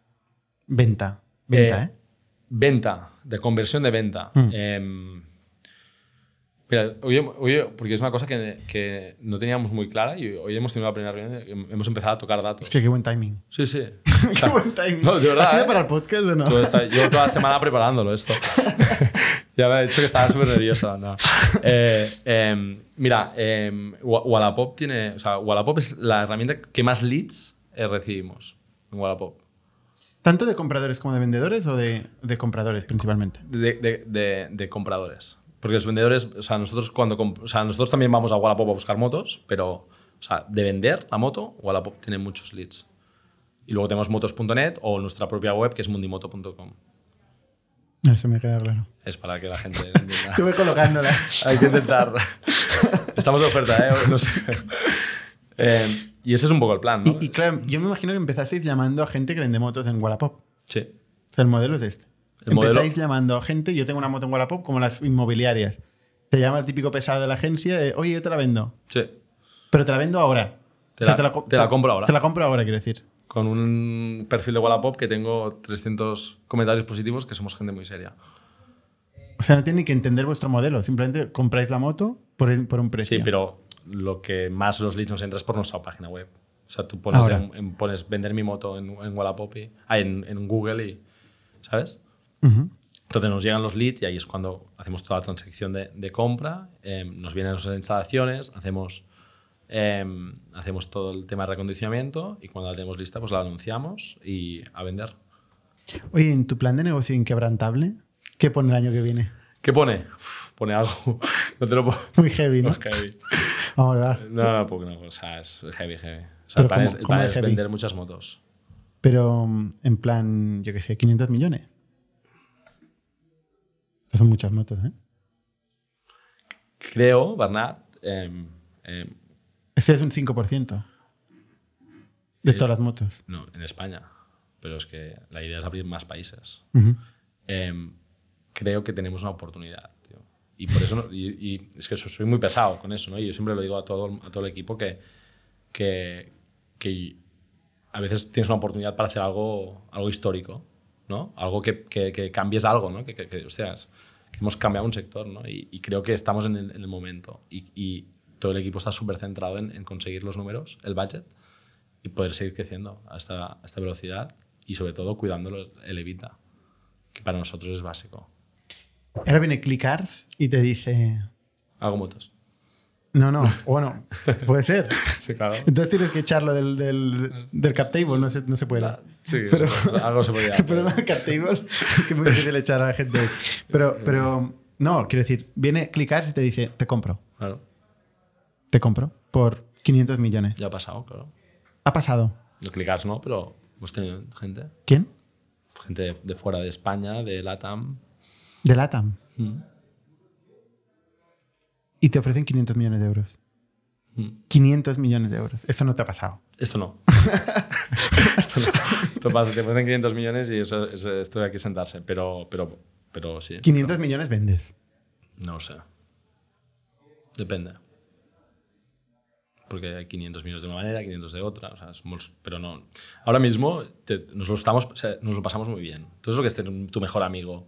S1: venta? Venta, ¿eh? Mm.
S3: Venta, de conversión de venta. Em, mira, hoy, hem- hoy- porque es una cosa que, que no teníamos muy clara y hoy hemos tenido la primera reunión, y hemos empezado a tocar datos.
S1: Hostia, qué buen timing.
S3: Sí, sí. O
S1: qué
S3: sea,
S1: buen timing.
S3: No, de verdad.
S1: ¿Ha sido
S3: ¿eh?
S1: para el podcast o no?
S3: Todo está- yo toda la semana preparándolo esto. ya me ha dicho que estaba súper nervioso. no. Eh, em, mira, em, Wa- Wallapop tiene. O sea, Wallapop es la herramienta que más leads eh, recibimos en Wallapop.
S1: ¿Tanto de compradores como de vendedores o de, de compradores principalmente?
S3: de, de- de- de compradores. Porque los vendedores, o sea, nosotros cuando comp- o sea, nosotros también vamos a Wallapop a buscar motos, pero o sea, de vender la moto, Wallapop tiene muchos leads. Y luego tenemos motos.net o nuestra propia web que es mundimoto.com.
S1: Eso me queda claro.
S3: Es para que la gente lo entienda.
S1: Estuve colocándola.
S3: Hay que intentar. Estamos de oferta, ¿eh? No sé. Eh, Y ese es un poco el plan, ¿no?
S1: Y, y claro, yo me imagino que empezasteis llamando a gente que vende motos en Wallapop.
S3: sí.
S1: O sea, el modelo es este.
S3: El
S1: Empezáis
S3: modelo-
S1: llamando a gente, yo tengo una moto en Wallapop como las inmobiliarias. Te llama el típico pesado de la agencia de, oye, yo te la vendo.
S3: Sí.
S1: Pero te la vendo ahora.
S3: Te la-
S1: co-
S3: te la compro ahora.
S1: Te la compro ahora, quiero decir.
S3: Con un perfil de Wallapop que tengo 300 comentarios positivos, que somos gente muy seria.
S1: O sea, no tiene que entender vuestro modelo. Simplemente compráis la moto por, el- por un precio.
S3: Sí, pero lo que más los leads nos entra es por nuestra página web. O sea, tú pones,
S1: Ahora.
S3: en- en- pones vender mi moto en, en Wallapop, y, ah, en, en Google y, ¿sabes?
S1: Ujú.
S3: Entonces nos llegan los leads y ahí es cuando hacemos toda la transacción de, de compra, eh, nos vienen nuestras instalaciones, hacemos, eh, hacemos todo el tema de recondicionamiento y cuando la tenemos lista pues la anunciamos y a vender.
S1: Oye, en tu plan de negocio inquebrantable, ¿qué pone el año que viene?
S3: ¿Qué pone? Uf, pone algo. No te lo puedo...
S1: Muy heavy, ¿no?
S3: Es heavy.
S1: Vamos a ver.
S3: No, no, porque no, o sea, es heavy, heavy. O
S1: Pero
S3: sea, el plan
S1: ¿cómo-
S3: es, el
S1: cómo
S3: plan
S1: es
S3: es
S1: heavy?
S3: vender muchas motos.
S1: Pero mm, en plan, yo qué sé, 500 millones. Estas Son muchas motos, ¿eh?
S3: Creo, Bernat, em, em,
S1: Ese es un 5% de todas las motos.
S3: no, en España, pero es que la idea es abrir más países.
S1: Ujú.
S3: em, creo que tenemos una oportunidad. tío. Y por eso, no- y, y es que so- soy muy pesado con eso, ¿no? Y yo siempre lo digo a todo, el- a todo el equipo que, que, que a veces tienes una oportunidad para hacer algo, algo histórico, ¿no? Algo que, que- que cambies algo, ¿no? Que, que, que, hostias, que hemos cambiado un sector, ¿no? Y, y creo que estamos en el, en el momento. Y, y todo el equipo está súper centrado en, en conseguir los números, el budget, y poder seguir creciendo a esta, a esta velocidad y sobre todo cuidando el evita que para nosotros es básico.
S1: Ahora viene Clickars y te dice,
S3: Hago motos.
S1: no, no, bueno, puede ser.
S3: Sí, claro.
S1: Entonces tienes que echarlo del, del, del cap table, no se, no se puede.
S3: Ah, Sí,
S1: Pero-
S3: algo se podía.
S1: El problema del cap table es que es muy difícil echar a la gente. Pero, pero, no, quiero decir, viene Clickars y te dice, te compro,
S3: Claro,
S1: te compro por 500 millones.
S3: ya ha pasado, claro.
S1: Ha pasado.
S3: No clicas, no, pero hemos tenido gente.
S1: ¿Quién?
S3: Gente de, de fuera de España, de LATAM.
S1: De LATAM.
S3: Mm.
S1: Y te ofrecen 500 millones de euros.
S3: Mm.
S1: 500 millones de euros. Eso no te ha pasado.
S3: Esto no. esto no. Esto pasa, te ponen 500 millones y eso, es- esto hay que sentarse. Pero, pero, pero sí.
S1: 500 millones vendes.
S3: No sé. Depende. Porque hay 500 millones de una manera, 500 de otra. O sea, es molt- pero no. Ahora mismo te- nos, lo estamos, o sea, nos lo pasamos muy bien. Entonces lo que es tener tu mejor amigo,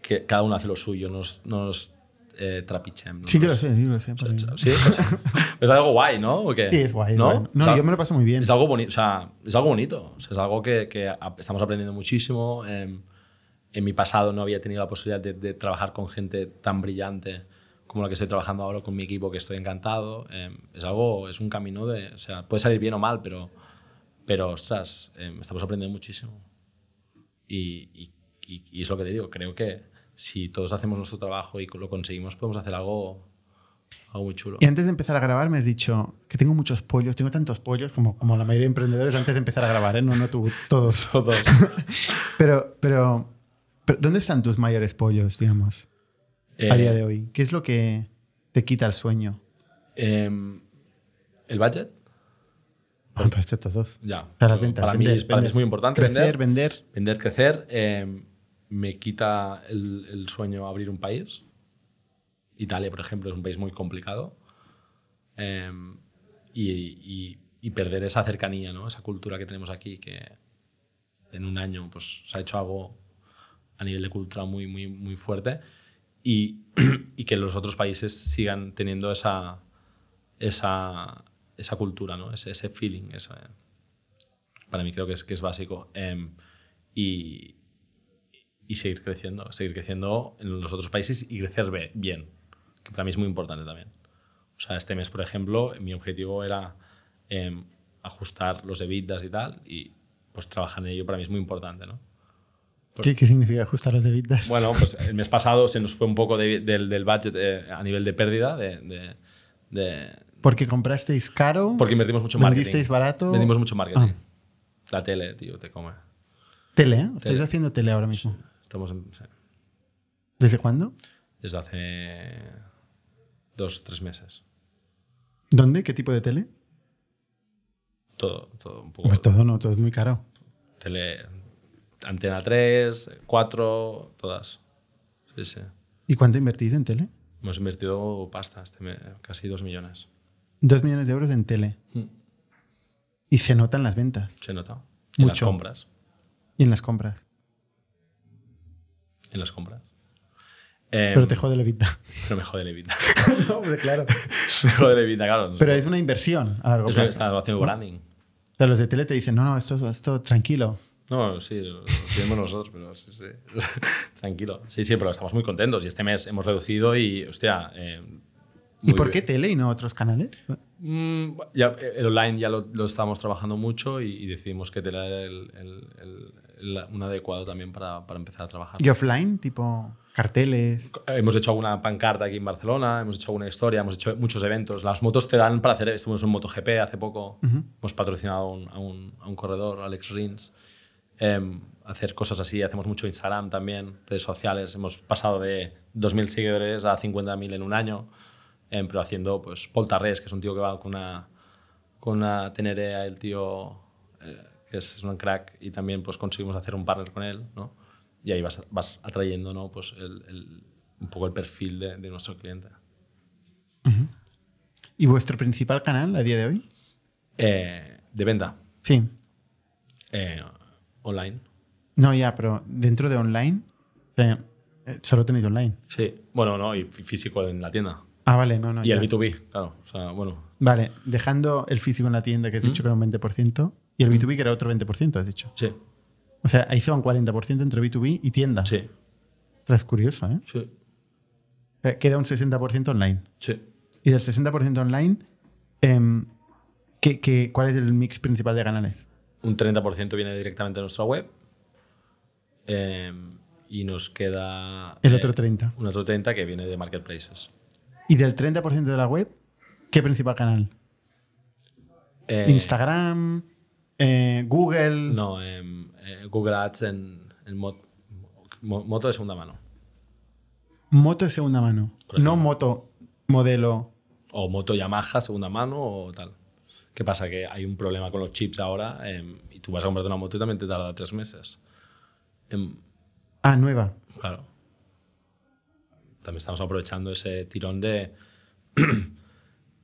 S3: que cada uno hace lo suyo, nos, nos eh, trapichem.
S1: Sí, que
S3: nos-
S1: lo sé, sí, lo sé. por
S3: o
S1: mí.
S3: sea, Sí, o sea, es algo guay, ¿no? ¿O qué?
S1: Sí, es guay. es
S3: ¿No?
S1: guay. No,
S3: O sea,
S1: yo me lo paso muy bien.
S3: es algo bonito, o sea, es algo bonito. O sea, es algo que, que a- estamos aprendiendo muchísimo. em, en mi pasado no había tenido la posibilidad de, de trabajar con gente tan brillante como la que estoy trabajando ahora con mi equipo, que estoy encantado. Em, es algo, es un camino de, o sea, puede salir bien o mal, pero, pero ostras, em, estamos aprendiendo muchísimo. Y, y- y- y es lo que te digo, creo que si todos hacemos nuestro trabajo y lo conseguimos, podemos hacer algo, algo muy chulo.
S1: Y antes de empezar a grabar me has dicho que tengo muchos pollos, tengo tantos pollos como, como la mayoría de emprendedores antes de empezar a grabar, ¿eh? No, no tú, todos.
S3: Todos.
S1: Pero, pero, pero, ¿dónde están tus mayores pollos, digamos, a
S3: Eh,
S1: día de hoy? ¿Qué es lo que te quita el sueño?
S3: Em, ¿El budget?
S1: Ah, pues estos todos.
S3: Ya.
S1: Para, las
S3: pero
S1: ventas,
S3: para mí,
S1: vender,
S3: es- para mí
S1: vender.
S3: es muy importante
S1: Crecer,
S3: vender.
S1: vender.
S3: Vender, crecer. eh, me quita el, el sueño abrir un país. Italia, por ejemplo, es un país muy complicado. Eh, y, y- y perder esa cercanía, ¿no? esa cultura que tenemos aquí, que en un año pues, se ha hecho algo a nivel de cultura muy, muy, muy fuerte. Y, y que los otros países sigan teniendo esa, esa, esa cultura, ¿no? ese, ese feeling, esa, para mí creo que es, que es básico. em, y, y seguir creciendo, seguir creciendo en los otros países y crecer be- bien, que para mí es muy importante también. O sea, este mes, por ejemplo, mi objetivo era em, ajustar los evitas y tal, y pues trabajar en ello para mí es muy importante, ¿no?
S1: ¿Qué, qué significa ajustar los EBITDA?
S3: Bueno, pues el mes pasado se nos fue un poco de- del, del budget eh, a nivel de pérdida, de- de- de,
S1: Porque comprasteis caro.
S3: porque invertimos mucho en marketing.
S1: ¿Vendisteis barato?
S3: Vendimos mucho en marketing.
S1: Ah.
S3: La tele, tío, te come.
S1: Tele, ¿eh? Estáis
S3: Tele.
S1: haciendo tele ahora mismo.
S3: Estamos en- sí,
S1: ¿Desde cuándo?
S3: desde hace dos, tres meses.
S1: ¿Dónde? ¿Qué tipo de tele?
S3: todo, todo un poco.
S1: Pues todo no, todo es muy caro.
S3: Tele, Antena 3, 4, todas. Sí, sí.
S1: ¿Y cuánto invertís en tele?
S3: Hemos invertido pasta, este me- casi 2 millones.
S1: Dos millones de euros en tele.
S3: Mm.
S1: Y se notan las ventas
S3: Se nota. En las
S1: Mucho.
S3: compras.
S1: y en las compras.
S3: En las compras. Em,
S1: Pero te jode la vida.
S3: Pero me jode Levita.
S1: no, hombre, claro.
S3: me jode Levita, claro.
S1: Pero es una inversión a largo
S3: es lo que
S1: plazo.
S3: está haciendo branding.
S1: O sea, los de tele te dicen, no, no, esto, esto tranquilo.
S3: No, sí, lo tenemos nosotros, pero sí, sí. Tranquilo. Sí, sí, pero estamos muy contentos. Y este mes hemos reducido y, hostia. eh,
S1: ¿Y
S3: muy
S1: por qué
S3: bien.
S1: tele y no otros canales?
S3: Mm, ya, el online ya lo, lo estábamos trabajando mucho y, y decidimos que tele era el- el- el- el- un adecuado también para, para empezar a trabajar.
S1: ¿Y offline? Tipo carteles.
S3: Hemos hecho alguna pancarta aquí en Barcelona, hemos hecho alguna historia, hemos hecho muchos eventos. Las motos te dan para hacer. Estuvimos en MotoGP hace poco,
S1: Ujú.
S3: hemos patrocinado a un, a un- a un corredor, Alex Rins. Em, hacer cosas así, hacemos mucho Instagram también, redes sociales. Hemos pasado de 2.000 seguidores a 50.000 en un año, em, pero haciendo pues Paul Tarrés, que es un tío que va con una, con una Tenerea, el tío eh, que es, es un crack, y también pues conseguimos hacer un partner con él, ¿no? Y ahí vas, vas atrayendo, ¿no? Pues el- el- un poco el perfil de, de nuestro cliente.
S1: ¿Y vuestro principal canal a día de hoy?
S3: Eh, de venta,
S1: Sí.
S3: eh, online.
S1: No, ya, pero dentro de online, eh, eh, solo tenéis online.
S3: Sí, bueno, no, y fí- físico en la tienda.
S1: Ah, vale, no, no.
S3: Y el
S1: ya.
S3: B2B, claro. O sea, bueno,
S1: Vale, dejando el físico en la tienda, que has dicho que era un 20%, y el B2B, que era otro 20%, has dicho.
S3: sí,
S1: O sea, ahí se va un 40% entre B2B y tienda.
S3: sí,
S1: Ostras, curioso, ¿eh?
S3: sí,
S1: O sea, queda un 60% online.
S3: sí.
S1: Y del 60% online, em, ¿qué- qué- cuál es el mix principal de canales?
S3: Un 30% viene directamente de nuestra web. eh, y nos queda.
S1: El
S3: eh,
S1: otro 30%.
S3: Un otro 30% que viene de marketplaces.
S1: Y del 30% de la web, ¿qué principal canal?
S3: Eh,
S1: Instagram, eh, Google.
S3: No, em, eh, Google Ads en, en mot- mo- moto de segunda mano.
S1: Moto de segunda mano.
S3: Por
S1: No
S3: ejemplo.
S1: moto modelo.
S3: O moto Yamaha segunda mano o tal. ¿Qué pasa? Que hay un problema con los chips ahora em, y tú vas a comprarte una moto y también te tarda tres meses. Em,
S1: Ah, nueva.
S3: Claro. También estamos aprovechando ese tirón de.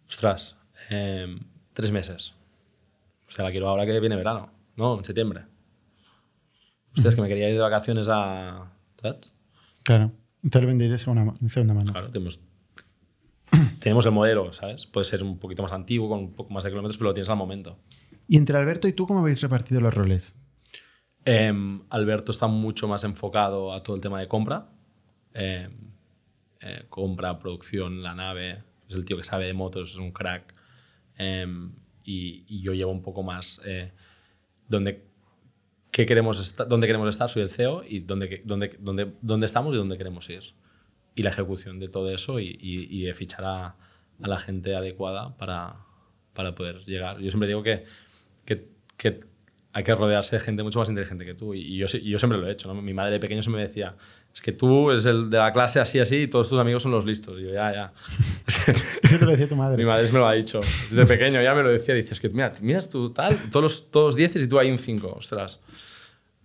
S3: Ostras, em, tres meses. O sea, la quiero ahora que viene verano, ¿no? En septiembre. Ustedes que me quería ir de vacaciones a. ¿Sabes?
S1: Claro. Entonces lo vendéis de segunda, ma- de segunda mano.
S3: Claro, tenemos, tenemos el modelo, ¿sabes? Puede ser un poquito más antiguo, con un poco más de kilómetros, pero lo tienes al momento.
S1: Y entre Alberto y tú, ¿cómo habéis repartido los roles?
S3: Em, Alberto está mucho más enfocado a todo el tema de compra. Em, eh, compra, producción, la nave. Es el tío que sabe de motos, es un crack. Em, y, y yo llevo un poco más eh, donde, qué queremos esta- dónde queremos estar, soy el CEO, y dónde, que- dónde, dónde, dónde estamos y dónde queremos ir. Y la ejecución de todo eso y, y- y de fichar a, a la gente adecuada para, para poder llegar. Yo siempre digo que, que, que hay que rodearse de gente mucho más inteligente que tú. Y yo, sí- y yo siempre lo he hecho. ¿no? Mi madre de pequeño siempre me decía, es que tú eres el de la clase así, así, y todos tus amigos son los listos. Y yo, ya, ya.
S1: Eso te lo decía tu
S3: Mi
S1: madre.
S3: madre me lo ha dicho. Desde pequeño ya me lo decía. Dices que, mira, miras tú tal, todos los todos dieces y tú hay un 5. Ostras.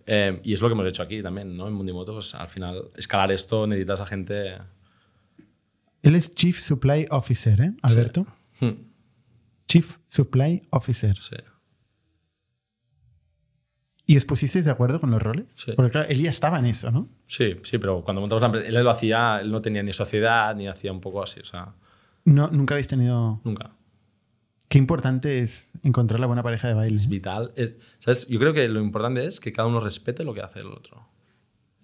S3: Eh, y es lo que hemos hecho aquí también, ¿no? En Mundimoto, pues, al final, escalar esto necesitas a gente.
S1: Él es Chief Supply Officer, ¿eh? Alberto.
S3: Hmm,
S1: Chief Supply Officer.
S3: Sí.
S1: ¿Y os pusisteis de acuerdo con los roles?
S3: Sí.
S1: Porque claro, él ya estaba en eso, ¿no?
S3: sí, sí, pero cuando montamos la empresa, él lo hacía, él no tenía ni sociedad, ni hacía un poco así, o sea,
S1: no nunca habéis tenido...
S3: nunca.
S1: Qué importante es encontrar la buena pareja de baile.
S3: Es vital. es- ¿sabes? Yo creo que lo importante es que cada uno respete lo que hace el otro.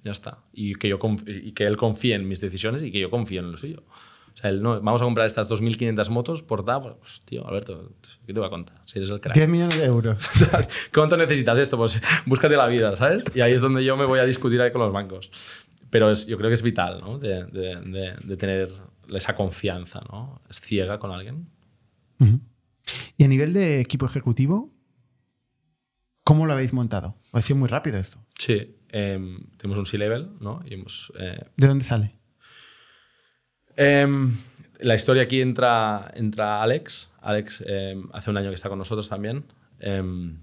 S3: Ya está. Y que, yo conf- y que él confíe en mis decisiones y que yo confíe en lo suyo. O sea, él no, vamos a comprar estas 2.500 motos por tal. Pues, tío, Alberto, ¿qué te voy a contar? Si eres el crack.
S1: 10 millones de euros.
S3: ¿Cuánto necesitas esto? Pues búscate la vida, ¿sabes? Y ahí es donde yo me voy a discutir ahí con los bancos. Pero es- yo creo que es vital, ¿no? De, de- de- de tener esa confianza, ¿no? Es ciega con alguien.
S1: Ujú. Y a nivel de equipo ejecutivo, ¿cómo lo habéis montado? Ha sido muy rápido esto.
S3: Sí. em, tenemos un C-level, ¿no? Y hemos eh,
S1: ¿De dónde sale?
S3: Em, la historia aquí entra, entra Alex. Alex em, hace un año que está con nosotros también. Em,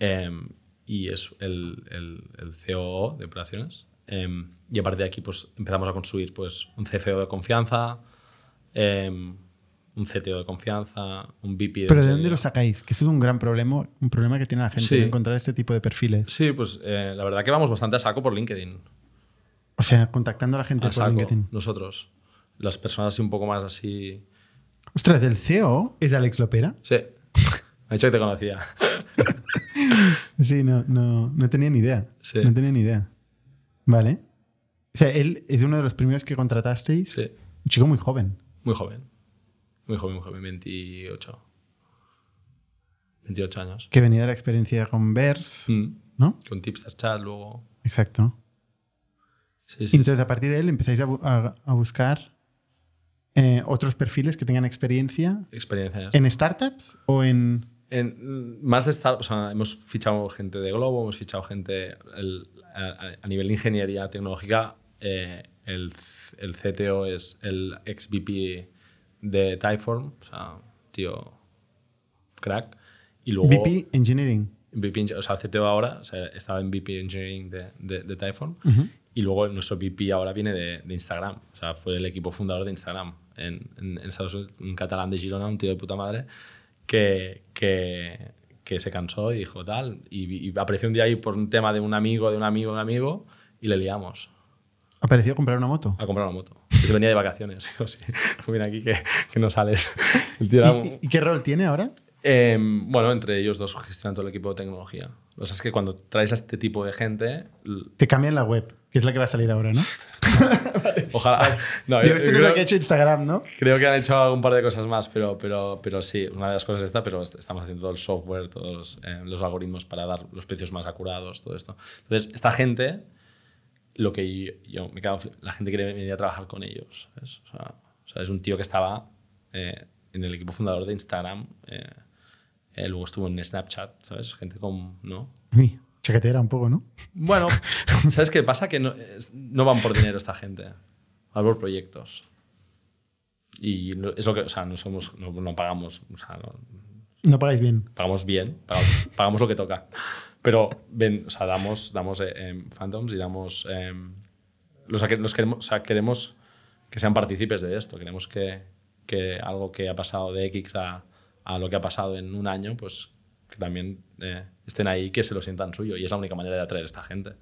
S3: em, y es el, el, el COO de operaciones. Em, y a partir de aquí pues, empezamos a construir pues, un CFO de confianza, em, un CTO de confianza, un VP
S1: Pero ¿de
S3: de
S1: dónde
S3: ingeniería.
S1: lo sacáis? Que eso es un gran problema, un problema que tiene la gente,
S3: Sí.
S1: de encontrar este tipo de perfiles.
S3: Sí, pues eh, la verdad que vamos bastante a saco por LinkedIn.
S1: O sea, contactando a la gente
S3: A
S1: por
S3: saco,
S1: LinkedIn.
S3: nosotros. Las personas así un poco más así...
S1: Ostras, ¿el CEO es Alex Lopera?
S3: Sí, me ha dicho que te conocía.
S1: Sí, no, no, no tenía ni idea.
S3: Sí.
S1: No tenía ni idea. Vale. O sea, él es uno de los primeros que contratasteis.
S3: Sí,
S1: Un chico muy joven.
S3: muy joven. Muy joven, muy joven, 28. 28 años.
S1: Que venía de la experiencia con Vers,
S3: Mm.
S1: ¿no?
S3: Con Tipster Chat luego.
S1: Exacto.
S3: Sí, sí,
S1: Entonces, a partir de él empezáis a, bu- a- a buscar eh, otros perfiles que tengan experiencia
S3: sí. Experiencias.
S1: en startups o en.
S3: En- más de estar, o sea, hemos fichado gente de Globo, hemos fichado gente el- a, a nivel de ingeniería tecnológica. eh, el, c- el CTO es el ex VP de Typeform, o sea, tío crack. Y luego
S1: VP Engineering.
S3: VP, o sea, CTO ahora, o sea, estaba en VP Engineering de, de, de Typeform.
S1: Ujú.
S3: Y luego nuestro VP ahora viene de, de Instagram. O sea, fue el equipo fundador de Instagram en, en, en Estados Unidos, un catalán de Girona, un tío de puta madre, que, que, que se cansó y dijo tal. Y, vi- y apareció un día ahí por un tema de un amigo, de un amigo, de un amigo, y le liamos
S1: Apareció a comprar una moto.
S3: a comprar una moto. Y se venía de vacaciones. Digo, sí, mira aquí que, que no sales. El tío era un-
S1: ¿Y, y qué rol tiene ahora?
S3: Em, bueno, entre ellos dos gestionan todo el equipo de tecnología. O sea, es que cuando traes a este tipo de gente, l-
S1: Te cambian la web, que es la que va a salir ahora, ¿no?
S3: ojalá. No,
S1: Yo,
S3: yo-
S1: esto
S3: yo
S1: es lo
S3: creo-
S1: que ha hecho Instagram, ¿no?
S3: Creo que han hecho un par de cosas más, pero, pero, pero sí, una de las cosas es esta, pero est- estamos haciendo todo el software, todos eh, los algoritmos para dar los precios más acurados, todo esto. Entonces, esta gente, lo que yo, yo me quedo, fli- la gente quiere venir a trabajar con ellos. ¿ves? O, sea, o sea, es un tío que estaba eh, en el equipo fundador de Instagram, eh, eh, luego estuvo en Snapchat, ¿sabes? Gente con, ¿no?
S1: Uy, chaquetera un poco, ¿no?
S3: Bueno, ¿sabes qué pasa? Que no, es- no van por dinero esta gente, van por proyectos. Y no- es lo que, o sea, no somos, no, no pagamos, o sea, no-
S1: No pagáis bien.
S3: pagamos bien, pagamos, pagamos lo que toca. Pero ven, o sea, damos, damos eh, em, fandoms y damos, em, los, a que- los queremos, o sea, queremos que sean partícipes de esto, queremos que, que algo que ha pasado de X a, a lo que ha pasado en un año, pues que también eh, estén ahí, que se lo sientan suyo. Y es la única manera de atraer a esta gente.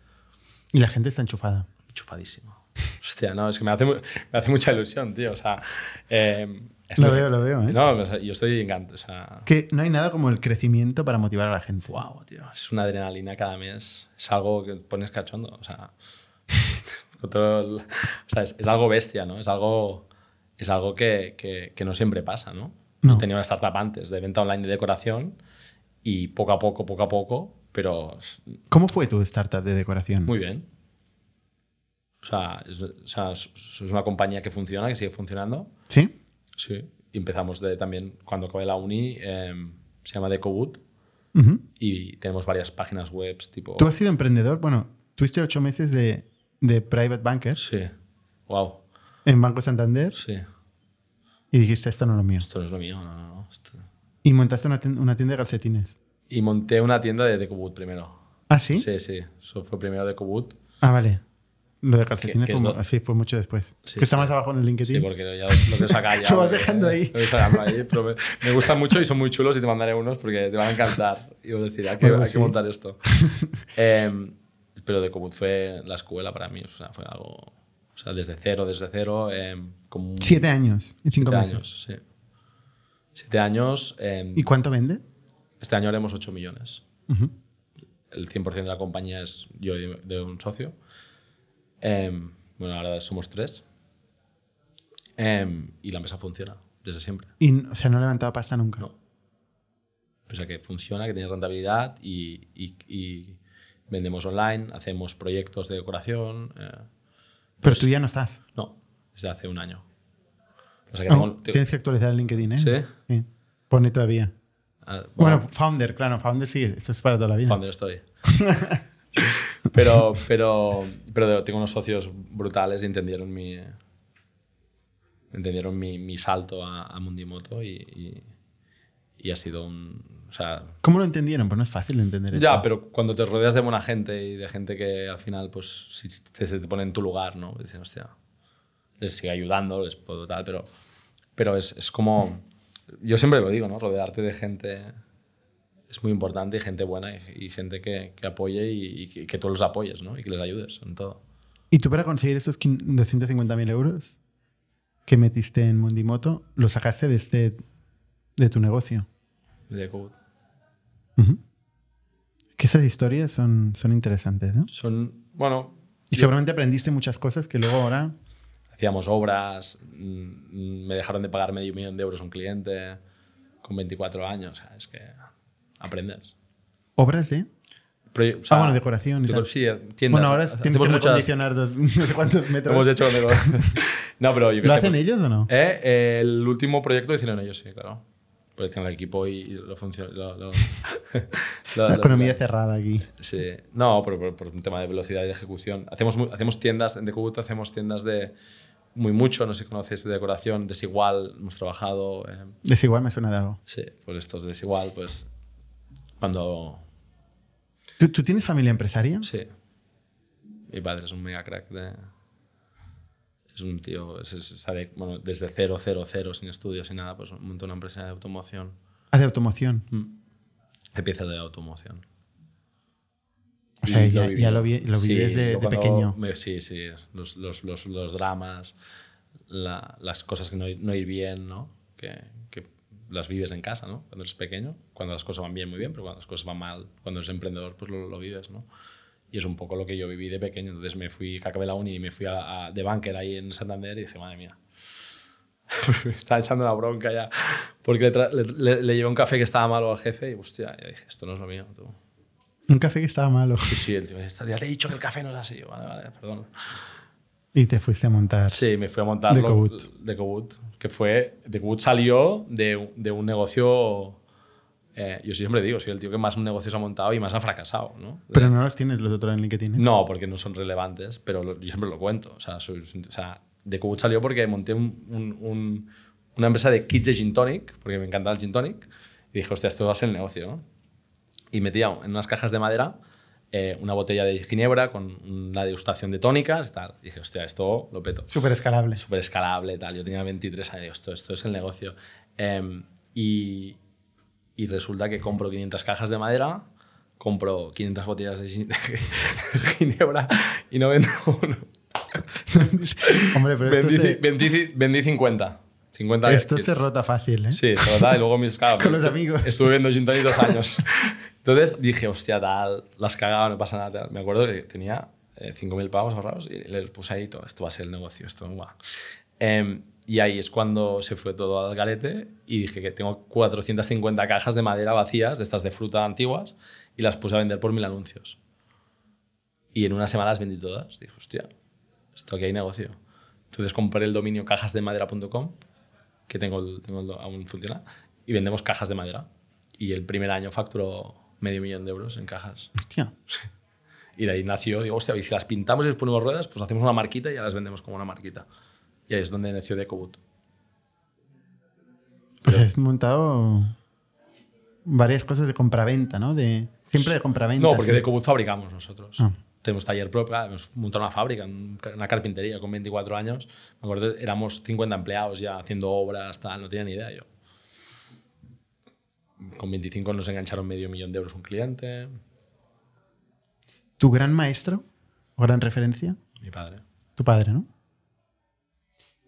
S1: Y la gente está enchufada.
S3: Chupadísimo. Hostia, no, es que me hace, mu- me hace mucha ilusión, tío. O sea, eh, es
S1: Lo
S3: que-
S1: veo, lo veo, ¿eh?
S3: No, o sea, yo estoy encantado. O sea,
S1: Que no hay nada como el crecimiento para motivar a la gente.
S3: wow, tío. Es una adrenalina cada mes. Es algo que pones cachondo. O sea, control- o sea, es, es algo bestia, ¿no? Es algo, es algo que, que- que no siempre pasa, ¿no?
S1: No.
S3: Tenía una startup antes de venta online de decoración y poco a poco, poco a poco, pero
S1: ¿Cómo fue tu startup de decoración?
S3: Muy bien. O sea, es, o sea, es- es una compañía que funciona, que sigue funcionando.
S1: ¿Sí?
S3: Sí. Y empezamos de, también cuando acabé la uni, em, se llama Decowood
S1: Ujú.
S3: y tenemos varias páginas web tipo...
S1: ¿Tú has sido emprendedor? Bueno, tuviste ocho meses de, de private banker
S3: Sí. Wow.
S1: en Banco Santander
S3: Sí.
S1: y dijiste, esto no es lo mío.
S3: Esto no es lo mío, no, no, no. Esto-
S1: Y montaste una tienda, una tienda de calcetines.
S3: Y monté una tienda de Decowood primero.
S1: ¿Ah, sí?
S3: Sí, sí. Eso fue primero Decowood.
S1: Ah, vale. Lo de calcetines
S3: Que- que
S1: fue,
S3: es
S1: mu-
S3: lo-
S1: sí, fue mucho después.
S3: Sí,
S1: que está
S3: sí.
S1: más abajo en el LinkedIn.
S3: Sí, porque ya lo tengo sacado ya.
S1: Lo vas
S3: porque-
S1: dejando ahí.
S3: Lo voy sacando ahí, pero me, me gustan mucho y son muy chulos y te mandaré unos porque te van a encantar. Y vas a decir, hay que,
S1: Bueno,
S3: hay que
S1: sí.
S3: montar esto. Em, pero de Cobut fue la escuela para mí. O sea, fue algo... O sea, desde cero, desde cero. em, con un-
S1: Siete años y cinco
S3: siete
S1: meses.
S3: años, sí. Siete años. em,
S1: ¿Y cuánto vende?
S3: este año haremos 8 millones.
S1: Ujú.
S3: El 100% de la compañía es yo y de un socio. Em, bueno, ahora somos tres. Em, y la empresa funciona desde siempre.
S1: Y, o sea, no ha levantado pasta nunca.
S3: No. Pese a que funciona, que tiene rentabilidad y, y- y vendemos online, hacemos proyectos de decoración. eh,
S1: Pero tú ya no estás.
S3: no, desde hace un año. O sea que
S1: Aún
S3: tengo-
S1: Ah, tienes que actualizar el LinkedIn, ¿eh?
S3: Sí.
S1: Pone todavía.
S3: Ah,
S1: Bueno,
S3: bueno,
S1: founder, claro, founder sí, esto es para toda la vida.
S3: cuando estoy. pero, pero, pero tengo unos socios brutales y entendieron mi. Entendieron mi, mi salto a, a Mundimoto y, y, y ha sido un... O sea,
S1: ¿Cómo lo entendieron? Pues no es fácil de entender esto.
S3: ya, pero cuando te rodeas de buena gente y de gente que al final pues si te- se te pone en tu lugar, ¿no? Dicen, hostia, les sigue ayudando, les puedo tal, pero, pero es, es como... Yo siempre lo digo, ¿no? Rodearte de gente es muy importante y gente buena y, y gente que, que apoye y, y que, que tú los apoyes, ¿no? Y que les ayudes en todo.
S1: ¿Y tú para conseguir esos 500 250.000 euros que metiste en Mundimoto, lo sacaste de, este, de tu negocio?
S3: De Cubut.
S1: Ujú. Que esas historias son, son interesantes, ¿no?
S3: Son, bueno,
S1: Y seguramente aprendiste muchas cosas que luego ahora...
S3: hacíamos obras, mm, mm, me dejaron de pagar medio millón de euros a un cliente con 24 años, o sea, es que aprendes.
S1: Obras de...
S3: Proye- o
S1: Ah, bueno, decoración y
S3: yo
S1: tal.
S3: creo- Sí, eh, tiendas.
S1: Bueno, ahora
S3: Hacemos
S1: tienes que
S3: muchas-
S1: recondicionar dos- no sé cuántos metros.
S3: Hemos hecho No, pero yo qué
S1: ¿Lo
S3: sé,
S1: hacen
S3: pues,
S1: ellos o no?
S3: eh, eh, el último proyecto lo hicieron ellos, sí, claro. Pues tienen el equipo y lo funciona. Lo, lo- lo-
S1: La
S3: lo-
S1: economía cerrada aquí.
S3: Sí. No, pero por, por un tema de velocidad y de ejecución. Hacemos, mu- hacemos tiendas, en Decubut hacemos tiendas de muy mucho, no sé si conoces, de decoración, desigual, hemos trabajado. eh,
S1: Desigual me suena de algo.
S3: sí, pues estos de desigual, pues cuando...
S1: ¿Tú, tú tienes familia empresaria?
S3: Sí. Mi padre es un mega crack de... Es un tío, es, es- sabe, bueno, desde cero, cero, cero, sin estudios, sin nada, pues montó una empresa de automoción,
S1: Hace Ah, automoción.
S3: de piezas de automoción.
S1: O sea,
S3: Y
S1: ya-
S3: viví,
S1: ya
S3: ¿no?
S1: lo vi- lo viví desde- de
S3: yo cuando
S1: pequeño.
S3: me- sí, sí, los, los, los, los dramas, la- las cosas que no, ir- no ir bien, ¿no? Que, que las vives en casa, ¿no? Cuando eres pequeño, cuando las cosas van bien, muy bien, pero cuando las cosas van mal, cuando eres emprendedor, pues lo, lo vives, ¿no? Y es un poco lo que yo viví de pequeño. Entonces me fui, que acabé la uni y me fui a, a- de banker ahí en Santander y dije, madre mía, me estaba echando la bronca ya. Porque le, tra- le, le- le llevé un café que estaba malo al jefe y, hostia, ya dije, esto no es lo mío, tú.
S1: Un café que estaba malo.
S3: Sí, sí, el tío, "Esta- ya te he dicho que el café no es así. Yo, Vale, vale, perdón.
S1: Y te fuiste a montar.
S3: Sí, me fui a montar
S1: De
S3: lo-
S1: Cobut.
S3: de Cobut, que fue, de Cobut salió de, de un negocio, eh, yo siempre digo, soy el tío que más negocios ha montado y más ha fracasado, ¿no?
S1: Pero no los tienes los otros en LinkedIn. ¿eh?
S3: No, porque no son relevantes, pero lo- yo siempre lo cuento. O sea, soy- o sea, de Cobut salió porque monté un- un- un- una empresa de kits de gin tonic, porque me encantaba el gin tonic, y dije, hostia, esto va a ser el negocio, ¿no? y metía en unas cajas de madera eh, una botella de ginebra con una degustación de tónicas y tal. Y dije, hostia, esto lo peto.
S1: Súper escalable.
S3: Súper escalable, tal. Yo tenía 23 años, esto, esto es el negocio. Em, y, y resulta que compro 500 cajas de madera, compro 500 botellas de gin- ginebra y no vendo uno.
S1: Hombre, pero esto,
S3: Vendí, ci-
S1: se,
S3: vendí ci- vendí 50. 50
S1: esto se
S3: kits.
S1: rota fácil, ¿eh?
S3: Sí, pero tal, y luego mis claro, pues
S1: Con los
S3: estu-
S1: amigos.
S3: Estuve viendo Gin Tonic dos años. Entonces dije, hostia, tal, las cagaba, no pasa nada. tal. Me acuerdo que tenía eh, 5.000 pavos ahorrados y les puse ahí todo. Esto va a ser el negocio, esto, guau. Em, y ahí es cuando se fue todo al garete y dije que tengo 450 cajas de madera vacías, de estas de fruta antiguas, y las puse a vender por mil anuncios. Y en una semana las vendí todas. Dije, hostia, esto aquí hay negocio. Entonces compré el dominio cajasdemadera.com, que tengo, el- tengo el do- aún funciona, y vendemos cajas de madera. Y el primer año facturó medio millón de euros en cajas.
S1: Hostia.
S3: Y de ahí nació, digo, hostia, y si las pintamos y les ponemos ruedas, pues hacemos una marquita y ya las vendemos como una marquita. Y ahí es donde nació Decobut.
S1: Pues has montado varias cosas de compraventa, ¿no? De, siempre de compraventa.
S3: No, porque
S1: sí.
S3: Decobut fabricamos nosotros.
S1: Ah.
S3: Tenemos taller propio, ah, hemos montado una fábrica, un ca- una carpintería con 24 años. Me acuerdo, éramos 50 empleados ya haciendo obras, tal, no tenía ni idea yo. Con 25 nos engancharon medio millón de euros un cliente,
S1: Tu gran maestro o gran referencia,
S3: mi padre.
S1: tu padre, ¿no?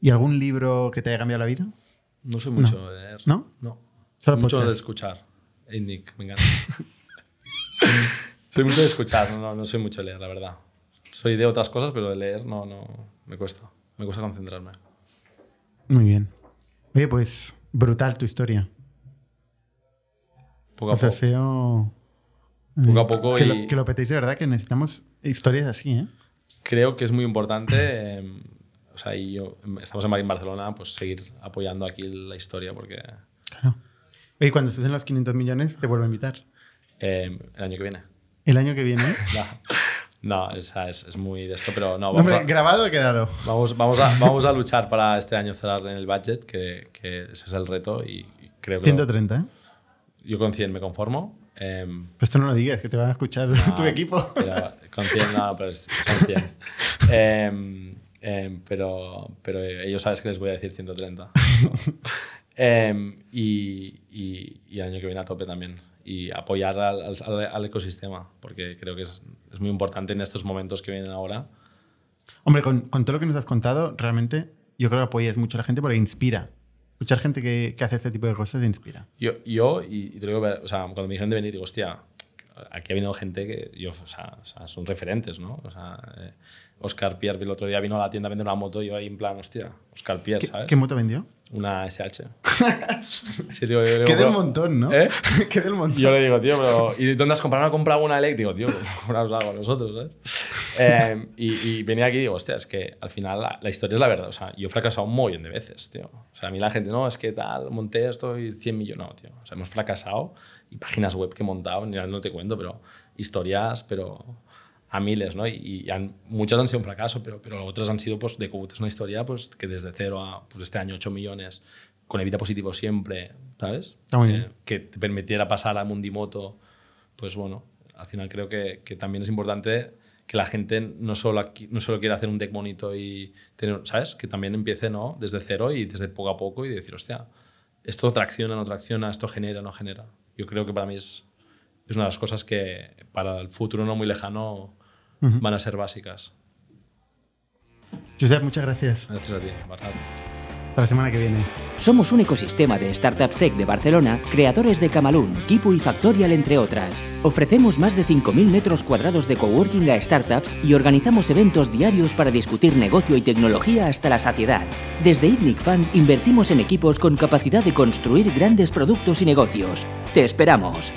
S1: ¿Y algún libro que te haya cambiado la vida?
S3: No soy mucho de leer.
S1: ¿No?
S3: No.
S1: Solo
S3: mucho
S1: podcast.
S3: de escuchar. Ey, Nick, me encanta. soy mucho de escuchar, no, no, no soy mucho de leer, la verdad. Soy de otras cosas, pero de leer no, no, me cuesta. Me cuesta concentrarme.
S1: Muy bien. Oye, pues brutal tu historia.
S3: Poco a
S1: O sea,
S3: poco.
S1: SEO.
S3: Poco a poco
S1: eh, Que,
S3: y-
S1: lo, que lo petéis de verdad, que necesitamos historias así, ¿eh?
S3: creo que es muy importante, eh, o sea, y yo, em, estamos en Bar- en Barcelona, pues seguir apoyando aquí la historia porque
S1: Claro. Oye, cuando estés en los 500 millones, te vuelvo a invitar.
S3: eh, el año que viene.
S1: El año que viene. ¿eh?
S3: No, o sea, es, es muy de esto, pero no,
S1: No,
S3: vamos,
S1: hombre,
S3: a,
S1: grabado ha quedado.
S3: vamos, vamos, a, vamos a luchar para este año cerrar en el budget, que, que ese es el reto y, y creo que...
S1: 130, ¿eh?
S3: yo con 100 me conformo. em,
S1: Pero esto no lo digas, que te van a escuchar
S3: Ah,
S1: tu equipo.
S3: Pero, con 100, no, pero es- son 100. Em, em, pero, pero ellos sabes que les voy a decir 130. Em, y, y- y el año que viene a tope también. Y apoyar al, al- al ecosistema, porque creo que es, es muy importante en estos momentos que vienen ahora.
S1: Hombre, con, con todo lo que nos has contado, realmente yo creo que apoyas mucho a la gente porque inspira. Escuchar gente que, que hace este tipo de cosas inspira.
S3: Yo, yo y, y te lo digo, o sea, cuando me dijeron de venir, digo, hostia, aquí ha venido gente que yo, o sea, o sea, son referentes, ¿no? O sea, eh, Oscar Pierre el otro día vino a la tienda a vender una moto y yo ahí en plan, hostia, Oscar Pierre,
S1: ¿Qué,
S3: ¿sabes?
S1: qué moto vendió?
S3: Una SH. Sí, digo, yo digo,
S1: Queda
S3: pero-
S1: un montón, ¿no?
S3: ¿Eh?
S1: Queda un montón.
S3: Yo le digo, tío, pero ¿y dónde has comprado? No he comprado una eléctrica, tío, compraros algo nosotros, ¿sabes? Eh, y, y venía aquí y digo, hostia, es que al final la, la historia es la verdad. O sea, yo he fracasado un montón de veces, tío. O sea, a mí la gente, no, es que tal, monté esto y 100 millones, no, tío. O sea, hemos fracasado y páginas web que he montado, ni no te cuento, pero historias, pero a miles, ¿no? Y, y han- muchas han sido un fracaso, pero, pero otras han sido, pues, de Cobut es una historia, pues, que desde cero a, pues, este año 8 millones, con Evita Positivo siempre, ¿sabes?
S1: Está muy bien.
S3: eh, que te permitiera pasar a Mundimoto, pues bueno, al final creo que, que también es importante que la gente no solo, aquí- no solo quiera hacer un deck bonito y tener, ¿sabes? Que también empiece, ¿no? Desde cero y desde poco a poco y decir, hostia, esto tracciona, no tracciona, esto genera, no genera. Yo creo que para mí es, es una de las cosas que para el futuro no muy lejano van a ser básicas.
S1: Josep, muchas gracias.
S3: Gracias a ti, Bernat.
S1: Hasta la semana que viene.
S2: Somos un ecosistema de startups tech de Barcelona, creadores de Camalún, Kipu y Factorial, entre otras. Ofrecemos más de 5.000 metros cuadrados de coworking a startups y organizamos eventos diarios para discutir negocio y tecnología hasta la saciedad. Desde ITNIC Fund invertimos en equipos con capacidad de construir grandes productos y negocios. ¡Te esperamos!